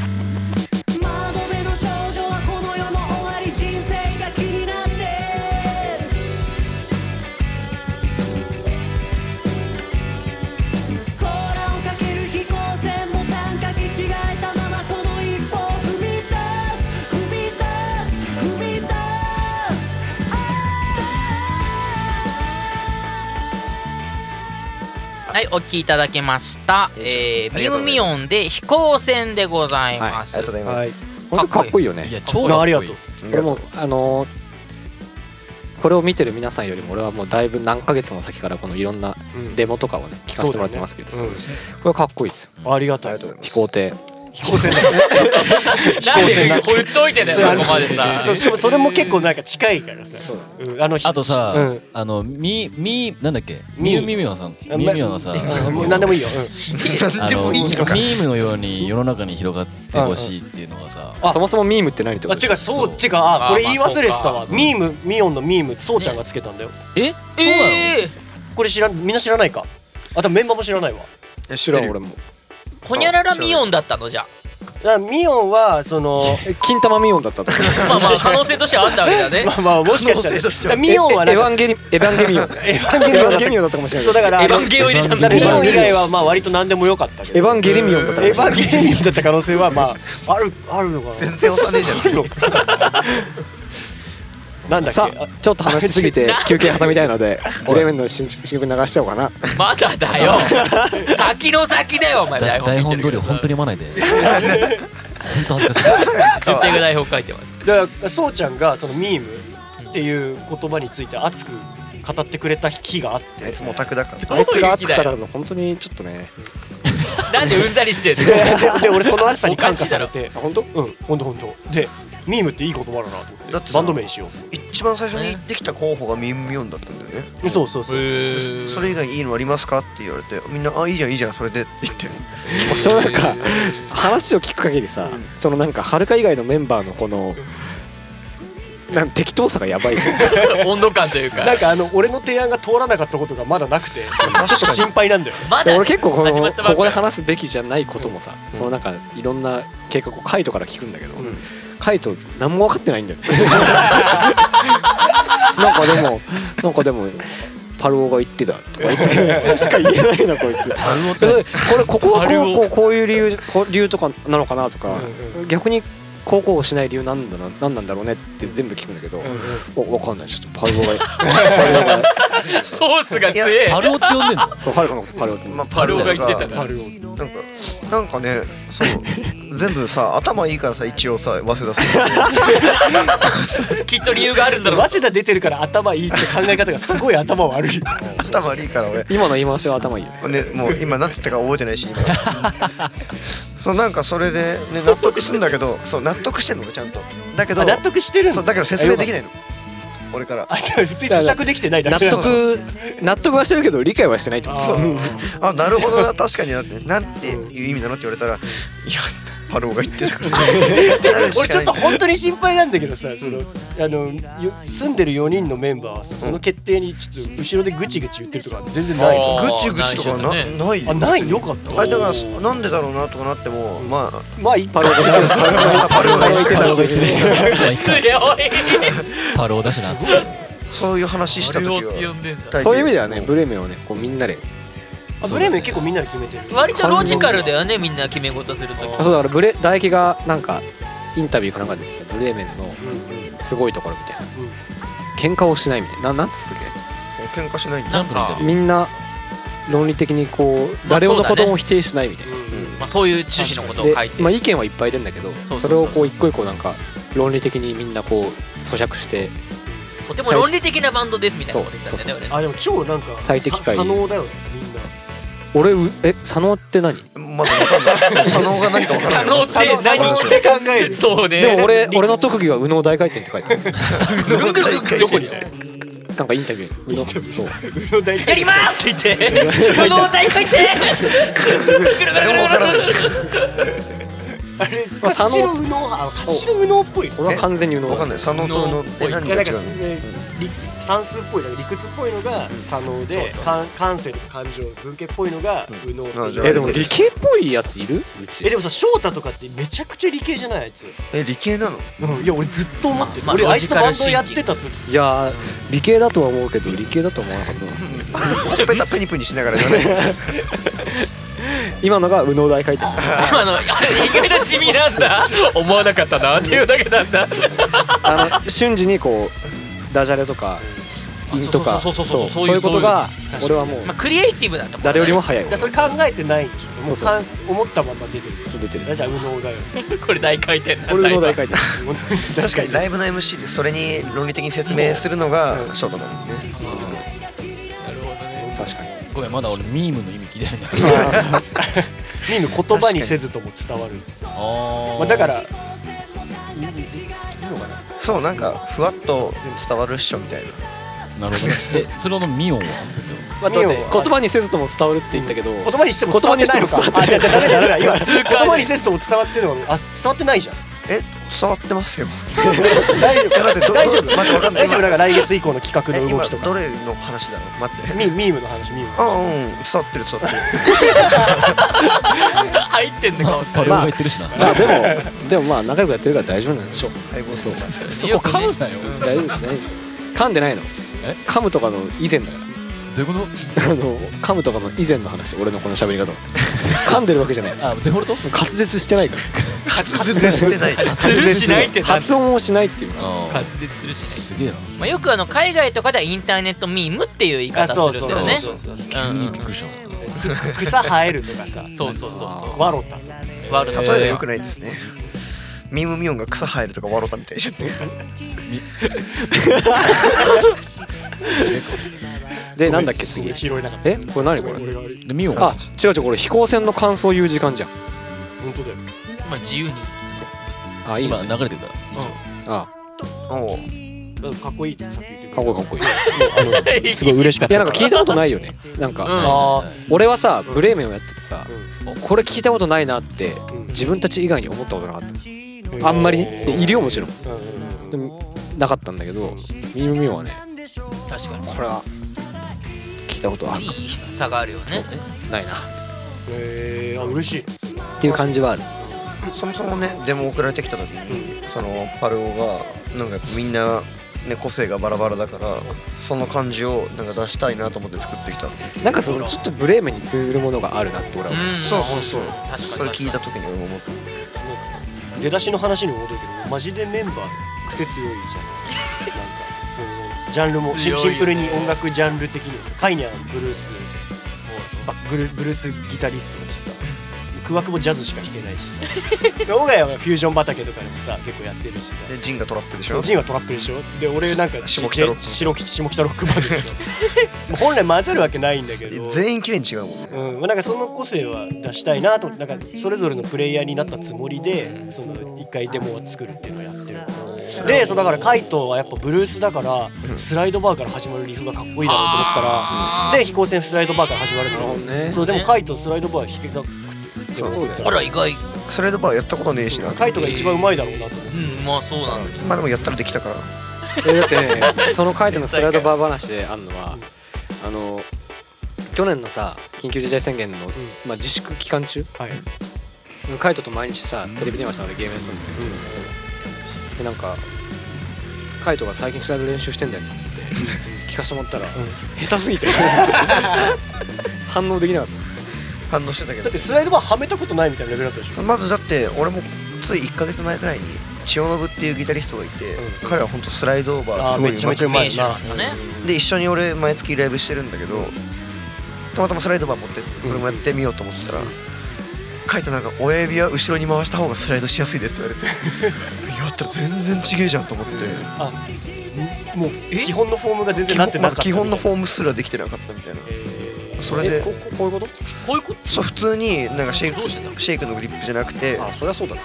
S2: う窓辺の少女はこの世の終わり人生が気になって空をかける飛行船も単価き違えたままその一歩を踏み出す踏み出す踏み出す
S1: はいお聞きいただきましたえー
S6: あ
S1: ミ
S6: りが
S1: ュ
S6: とうございます
S1: ミヨンで飛行船でございます
S6: ありがとうございま
S5: はい
S6: す
S3: 本当かっこいいよね
S4: いや超かっこいい
S5: ありがと
S3: これもあのーこれを見てる皆さんよりも俺はもうだいぶ何ヶ月も先からこのいろんな
S5: うん
S3: デモとかをね聞かせてもらってますけど、
S5: そうだよね
S3: これかっこいいですよ
S5: うんありがと
S6: ありが
S5: う
S6: とうございます
S3: 飛行艇
S5: 飛行船だよ
S1: なんでほっといてだよここまでさ
S5: そうしかもそれも結構なんか近いからさうんあの
S4: あとさ、
S5: うん
S4: あのみみなんだっけみ
S5: み
S4: ゆみみよさんみ
S5: あ
S4: ゆみよがさ
S5: うんもう何でもいいようん
S4: あ
S6: 何で
S4: の
S6: も
S4: ミ
S6: いいのか
S4: ームのように世の中に広がってほしいっていうのがさ
S3: そもそもミームって何ってこ
S5: あ
S3: とで
S5: て
S3: すか
S5: かそうてかあこれ言い忘れてた
S1: あまあ
S5: わ
S1: そうか
S5: ミームミヨンのミームそうちゃんがつけたんだよ
S4: えそうなの、
S1: えー
S5: これ知らんみんな知らないかあとメンバーも知らないわ
S6: え
S3: 知らん俺も
S1: ほにゃららミヨンだったのじゃ
S5: だからミヨンはその
S3: え金玉ミヨンだったと
S1: あまあまあ可能性としてはあったわけだね
S5: まあまあもしかした
S6: 可能性と
S5: ら
S6: して
S5: だから
S6: は
S5: ミヨンは
S3: え
S5: な
S3: エ
S5: ん
S3: ヴァ
S5: か
S3: ンゲリエヴァンゲミオン
S5: エヴァンゲ
S3: エ
S5: リ
S3: ヴァ
S5: オンだ
S3: ンゲ
S5: った
S3: ミオンだったかもしれない
S5: そうだから
S1: エ
S5: あ
S1: ヴ
S5: の
S1: ァンゲを入れたん
S5: だ
S1: だね
S5: からミヨン以外はまあ割と何でもよかったけど
S3: エヴァンゲリミオンだったかも
S5: エ
S3: しれ
S5: ヴ
S3: ない
S5: ァンゲリオンだった可能性はまああるあるのか
S6: 全然幼ねえじゃん
S5: ななんだっけ
S3: さあ
S5: あ
S3: ちょっと話しすぎ て休憩挟みたいのでレメンの新曲新曲流しちゃおうかな
S1: まだだよ先の先だよお前
S4: だし台本通り本当
S1: に
S4: に読まないで本当恥ずかしい
S1: 10ペグ台本書いてます
S5: だからそうちゃんがそのミームっていう言葉について熱く語ってくれた日があって
S6: あいつもオタクだから
S3: あいつが熱く語るの本当にちょっとね
S1: なんでうんざりしてるの
S5: でで俺その暑さに感化されて本当うん本当本当でミームっていい言葉だなと思って
S6: だってさ
S5: バンド名にしよ
S6: 一番最初に行ってきた候補がミンミョンだったんだよね
S5: うそう そうそう
S1: ー
S6: それ以外いいのありますかって言われてみんな「あいいじゃんいいじゃんそれで」って言って
S3: そうなんか話を聞く限りさ、そのなんかはるか以外のメンバーのこのなん適当さが やばいよね
S1: 温度感という
S5: な
S1: か
S5: んかあの俺の提案が通らなかったことがまだなくてちょっと心配なんだよね
S1: ま
S3: で
S1: だ
S3: 俺結構この
S1: 始まったばっか
S3: ここで話すべきじゃないこともさ、そのなんかいろんな計画をカイトから聞くんだけど、カイト何も分かってないんだよ なんかでもなんかでもパルオが言ってたとか言ってしか言えないなこいつ
S4: パルオって
S3: でこれここは
S4: パル
S3: こ
S4: オ
S3: うこうこういう理由こう理由とかなのかなとか、逆に高校をしない理由なんだななんなんだろうねって全部聞くんだけど、おわかんないちょっとパル オがパルオが
S1: ソースが強え
S4: パルオって呼ん でんの
S3: そうはるかのことパルオって言うんだ
S6: ま
S3: よ
S6: あ
S1: パルオが言ってたから
S6: なんかなんかねそう全部さ頭いいからさ一応さ早稲田さん
S1: きっと理由があるんだろ
S5: 早稲田出てるから頭いいって考え方がすごい頭悪 い
S6: 頭悪いから俺
S3: 今の言い回しは頭いいよね
S6: ね、もう今何つったか覚えてないし今 そうなんかそれで、ね、納得するんだけどそう納得してんの俺ちゃんとだけど
S5: あ納得してる
S6: そ
S5: の
S6: うだけど説明でき
S5: い
S6: ないの俺から
S5: あじゃあ普通に咀嚼できてない だ
S3: 納
S5: けだ
S3: 得納得はしてるけど理解はしてないってこと
S6: あなるほ どな確かになってなんていう意味なのって言われたらいやパローが言ってたからってなる し
S5: 俺
S6: か
S5: ちょ
S6: な
S5: っ
S6: い
S5: と本当に心配なんだけどさそのあのよ住んでる4人のメンバーはさその決定にちょっと後ろでぐちぐち言ってるとか全然ないの
S1: あ
S6: ぐちぐちとかな
S1: 内緒だね
S6: ないよ
S5: あないよかった
S6: あだからなんでだろうなとかなってもまあ
S5: まあいっぱい
S6: パローが言ってた
S3: パルオが言ってるし
S1: 強い
S4: パルオだしなっつって
S6: そういう話した
S1: パ
S6: 時
S1: ルオって呼
S6: は
S1: んでんだ
S6: 大抵
S3: そういう意味ではねブレーメンをねこうみんなで
S5: あブレーメン結構みんなで決めてる
S1: 割とロジカルだよねみんな決め事するとき
S3: あそうだからブレ唾液がなんかインタビューかなんかですブレーメンのすごいところみたいな喧嘩をしないみたいなななんつったっ
S6: 喧嘩しないん
S4: ジ
S6: だ
S4: ャンプのインタビ
S3: けみんな論理的にこう
S1: まあ
S3: 誰
S1: そうだね
S3: ものことも否定しないみたいな、
S1: まあそういう趣旨のことを書い
S3: で、
S1: て
S3: まあ、意見はいっぱい出るんだけど
S1: そうそうそうそう
S3: それをこう一個一個なんか論理的にみんなこう咀嚼して
S1: とても論理的なバンドですみたいなこと言ったんだよね俺ね
S5: あでも超なんか
S3: 最適解
S5: さ左脳だよねみんな
S3: 俺うえ佐野って何
S6: まだわかんないそう佐野が何かわからない
S1: 佐野って何
S5: 左脳って考える
S1: そうね
S3: でも俺俺の特技は右脳大回転って書いてあ る
S6: どこに
S3: なんかインタビュー右脳そう
S1: やりますって言って可能体書いて
S6: 誰もわからない
S5: あれ
S3: まあ
S5: 勝ちの右脳あ勝ちの右脳っぽい
S3: 俺は完全に右脳
S6: わか
S3: だ
S6: んない佐野とのえ何
S5: い
S6: が
S5: や
S6: 違
S5: なんか
S6: うの
S5: すね理算数っぽいなんか理屈っぽいのが左脳で
S1: そうそうそう
S5: 感感性とか感情文系っぽいのが右脳って
S6: あじ
S5: い
S6: ゃ
S5: う
S6: あ
S3: えでも理系っぽいやついるうち
S5: えでもさ翔太とかってめちゃくちゃ理系じゃないあいつ、
S6: え理系なの
S5: いや俺ずっと思ってる、
S1: まあ
S5: 俺
S1: まあ
S5: あいつとバンドやってた時
S3: いやー理系だとは思うけど理系だとは思わなかったな
S6: ほっぺたペニプニしながらじゃない
S3: 今のが右脳大回転です
S1: 今のあれ意外と地味なんだ思わなかったなっていうだけなんだ
S3: あの瞬時にこうダジャレとか韻とか
S1: そ
S3: そうう
S1: そうそうそうそう
S3: そういうことが
S5: そういう
S3: 俺はもう
S1: まあクリエイティブなとこ
S3: 誰より
S1: も
S3: も早い
S5: だからそれ考えてないんでしょも
S3: そううそう
S5: 感思ったまま出てる
S3: そう出てる
S5: だじゃあ右脳だよ
S1: これ大回転なんだ
S3: 俺右脳大回転
S6: 確かにライブの MC でそれに論理的に説明するのがショートなのね
S3: 確かに
S4: ごめんまだ俺ミームの意味聞いてないんだけど
S5: ミーム言葉にせずとも伝わる
S4: あ
S5: まあ、だから
S6: そうなんかふわっと伝わるっしょみたいな
S4: なるほどねえそれのミオンは
S5: まあ
S3: だって
S5: ミオンは
S3: 言葉にせずとも伝わるって言ったけど
S5: 言葉にしても伝わってないのか
S3: 言葉にしても伝わ
S5: あ
S3: って
S5: じ
S3: な
S5: ゃ
S3: い
S5: あじゃあダメだダメだ 今
S1: 通
S5: 言
S1: 過
S5: 葉にせずとも伝わってるのがあ伝わってないじゃん
S6: え伝わってますよ
S5: 大丈
S6: え
S5: 夫
S6: 待ってど
S5: 大丈夫
S6: ど待ってわかんない
S5: 大丈夫だから来月以降の企画
S6: え
S5: の動
S6: 今
S5: きとか
S6: どれの話だろう待って
S5: ミミームの話ミームの
S6: あ
S5: 話
S6: うん伝わってる伝わってる
S1: 入ってんのか
S4: パルオが言ってるしな
S3: まあでもでもまあ仲良くやってるから大丈夫なんでしょう
S6: 相棒
S3: そうか
S4: そこ噛むなよ
S3: 大丈夫ですね噛んでないの
S4: え
S3: 噛むとかの以前だから
S4: どういうこと
S3: あの噛むとかの以前の話俺のこの喋り方噛んでるわけじゃない
S4: あデフォルト
S3: 滑舌してないから
S6: 滑舌してない
S1: するしないってなんだ
S3: 発音をしないっていうの
S4: あ
S1: 滑
S4: あ
S1: 舌するし
S4: すげえな
S1: まあ、よくあの海外とかではインターネットミームっていう言い方
S5: あそう
S1: する
S5: そ
S1: ん
S5: う
S1: だよ
S5: そう
S1: ね
S5: そう
S1: う
S5: そう
S4: 急
S1: んう
S4: に
S1: ん
S4: びっくりした
S5: 草生えるとかさ
S1: そうそうそうそ
S5: ワロタ
S1: うワールド
S6: 例え
S1: カッ
S6: が
S1: プ
S6: 良くないですねミームミオンが草生えるとか笑ったみたいじゃん
S3: でなんだっけ次
S5: 拾えなかった
S3: えこれ何これ
S4: でミオン
S3: あ違う違うこれ飛行船の感想言う時間じゃん
S5: 本当だよ
S1: まあ自由に
S3: あいい
S4: 今
S3: ね
S4: 流れてるから
S5: 一応
S3: あ
S6: おう
S5: だからかっこいいってさっき言って
S3: あ
S5: く
S3: かっこいいかっこいいい
S5: れたすごい嬉しかった
S3: やなんか聞いたことないよねなんか、
S1: うん
S5: ああ
S3: 俺はさブレーメンをやっててさ、
S5: う
S3: これ聞いたことないなって
S5: ん
S3: 自分たち以外に思ったことなかったあんまりねいるよもちろん
S5: うんうんうん
S3: でもなかったんだけどミムミムはね
S1: 確かに
S3: これは聞いたことある
S1: いい質さがあるよね
S3: ないな
S5: えー、あ嬉しい
S3: っていう感じはある
S6: そもそもねデモ送られてきた時にそのパルオがなんかやっぱみんな、ね、個性がバラバラだからその感じをなんか出したいなと思って作ってきた
S3: なんかそのちょっとブレーメンに通ずるものがあるなって俺は思う、
S1: うん
S6: そうそうそう
S1: 確かに
S6: それ聞いた時に俺も思った
S5: 出だしの話に戻るけどマジでメンバー癖強いじゃんなんかそのジャンルもシン
S1: 強いよね
S5: シンプルに音楽ジャンル的にはさカイニャンブルースバックグルブルースギタリストだしさクワクもジャズしか弾けないしさでオガヤはフュージョン畑とかでもさ結構やってるしさ
S6: でジンがトラップでし
S5: そ
S6: ょ
S5: うジンはトラップでしょで俺なんか
S6: 下北ロック
S5: ちち白き下北ロックバンドでしょ本来混ざるわけないんだけど
S6: 全員綺麗に違うもんね
S5: うん、まあなんかその個性は出したいなと思ってなんかそれぞれのプレイヤーになったつもりでその一回デモを作るっていうのをやってるでそうだからカイトはやっぱブルースだからスライドバーから始まるリフがかっこいいだろうと思った
S1: あ
S5: ら
S1: ー
S5: で飛行船スライドバーから始まるの
S3: ね
S5: そうでもカイトスライドバー弾けなくて
S3: そうだよ
S1: あら意外
S6: スライドバーやったことねえしな
S5: カイトが一番うまいだろうなと思って
S1: うんまあそうなんだ
S6: まあでもやったらできたから
S3: えだってねその書いてのスライドバー話であんのはあの去年のさ緊急事態宣言の、まあ、自粛期間中
S5: はい
S3: カイトと毎日さテレビ電話したのでゲームやってたんだけど、でなんかカイトが最近スライド練習してんだよねっつって聞かせてもらったら、下手すぎて反応できなかっ
S6: 反応してたけ
S5: だっ
S6: ど
S5: てスライドバーはめたことないみたいなレベルだったでしょ
S6: まずだって俺もつい1ヶ月前くらいに千代信っていうギタリストがいて、彼は本当スライドバー
S5: あ
S6: す
S5: ー
S6: ごい
S5: めちゃ
S6: 上
S5: め
S6: 手
S5: ちゃう
S6: く
S5: ま
S1: 名手
S5: い
S1: なんだね
S5: な
S6: で一緒に俺毎月ライブしてるんだけどたまたまスライドバー持ってって俺もやってみようと思ったらカイトなんか親指は後ろに回した方がスライドしやすいでって言われ てやったら全然ちげえじゃんと思って
S5: あもう基本のフォームが全然
S6: 基
S5: なって
S6: 本ま
S5: な
S6: ず
S5: かった
S6: 基本の
S5: ー
S6: フォームすらできてなかったみたいな
S5: ム
S6: それで
S5: こここういうこと
S1: こういうこと
S6: そう普通になんかシェイ
S1: どうしてたの
S6: クシェイクのグリップじゃなくて
S3: たあそりゃそうだな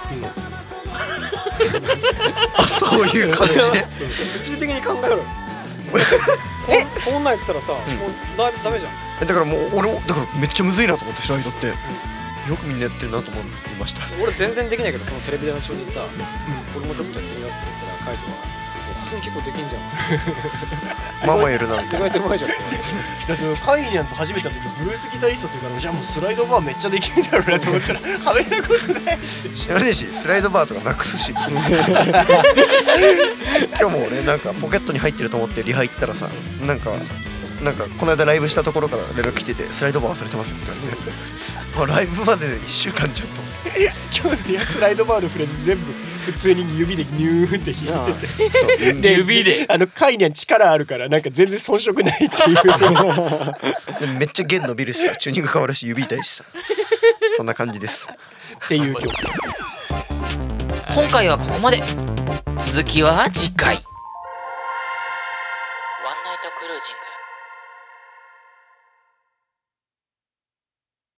S6: あそういう感じで
S3: 物理的に考え ろよこんこんなんやってたらさ、もうだダメじゃん
S6: だからもう俺もだからめっちゃむずいなと思ってスライドってよくみんなやってるなと思いました
S3: 俺全然できないけどそのテレビ電話中にさ、俺もちょっとやってみますって言ったらカイトが「普通に結構できんじゃん」
S6: まあまあやるなみた
S3: 意
S6: いな
S3: 外とうまいじゃん」って
S5: だってカイニャンと初めて会った時ブルースギタリストっていうからじゃあもうスライドバーめっちゃできるだろうなと思ったらはめたことない
S6: 知らねえしスライドバーとかなく すし今日も俺なんかポケットに入ってると思ってリハ行ったらさなんかなんかこの間ライブしたところから連絡来ててスライドバー忘れてますって言 われてあライブまで1週間じゃんと思って
S5: 今日のスライドバーのフレーズ全部普通に指でニューンって弾いてて
S6: そう
S5: で指であのカイニャン力あるからなんか全然遜色ないっていう
S6: でめっちゃ弦伸びるしさチューニング変わるし指痛いしさそんな感じです
S5: って いう曲
S1: 今回はここまで続きは次回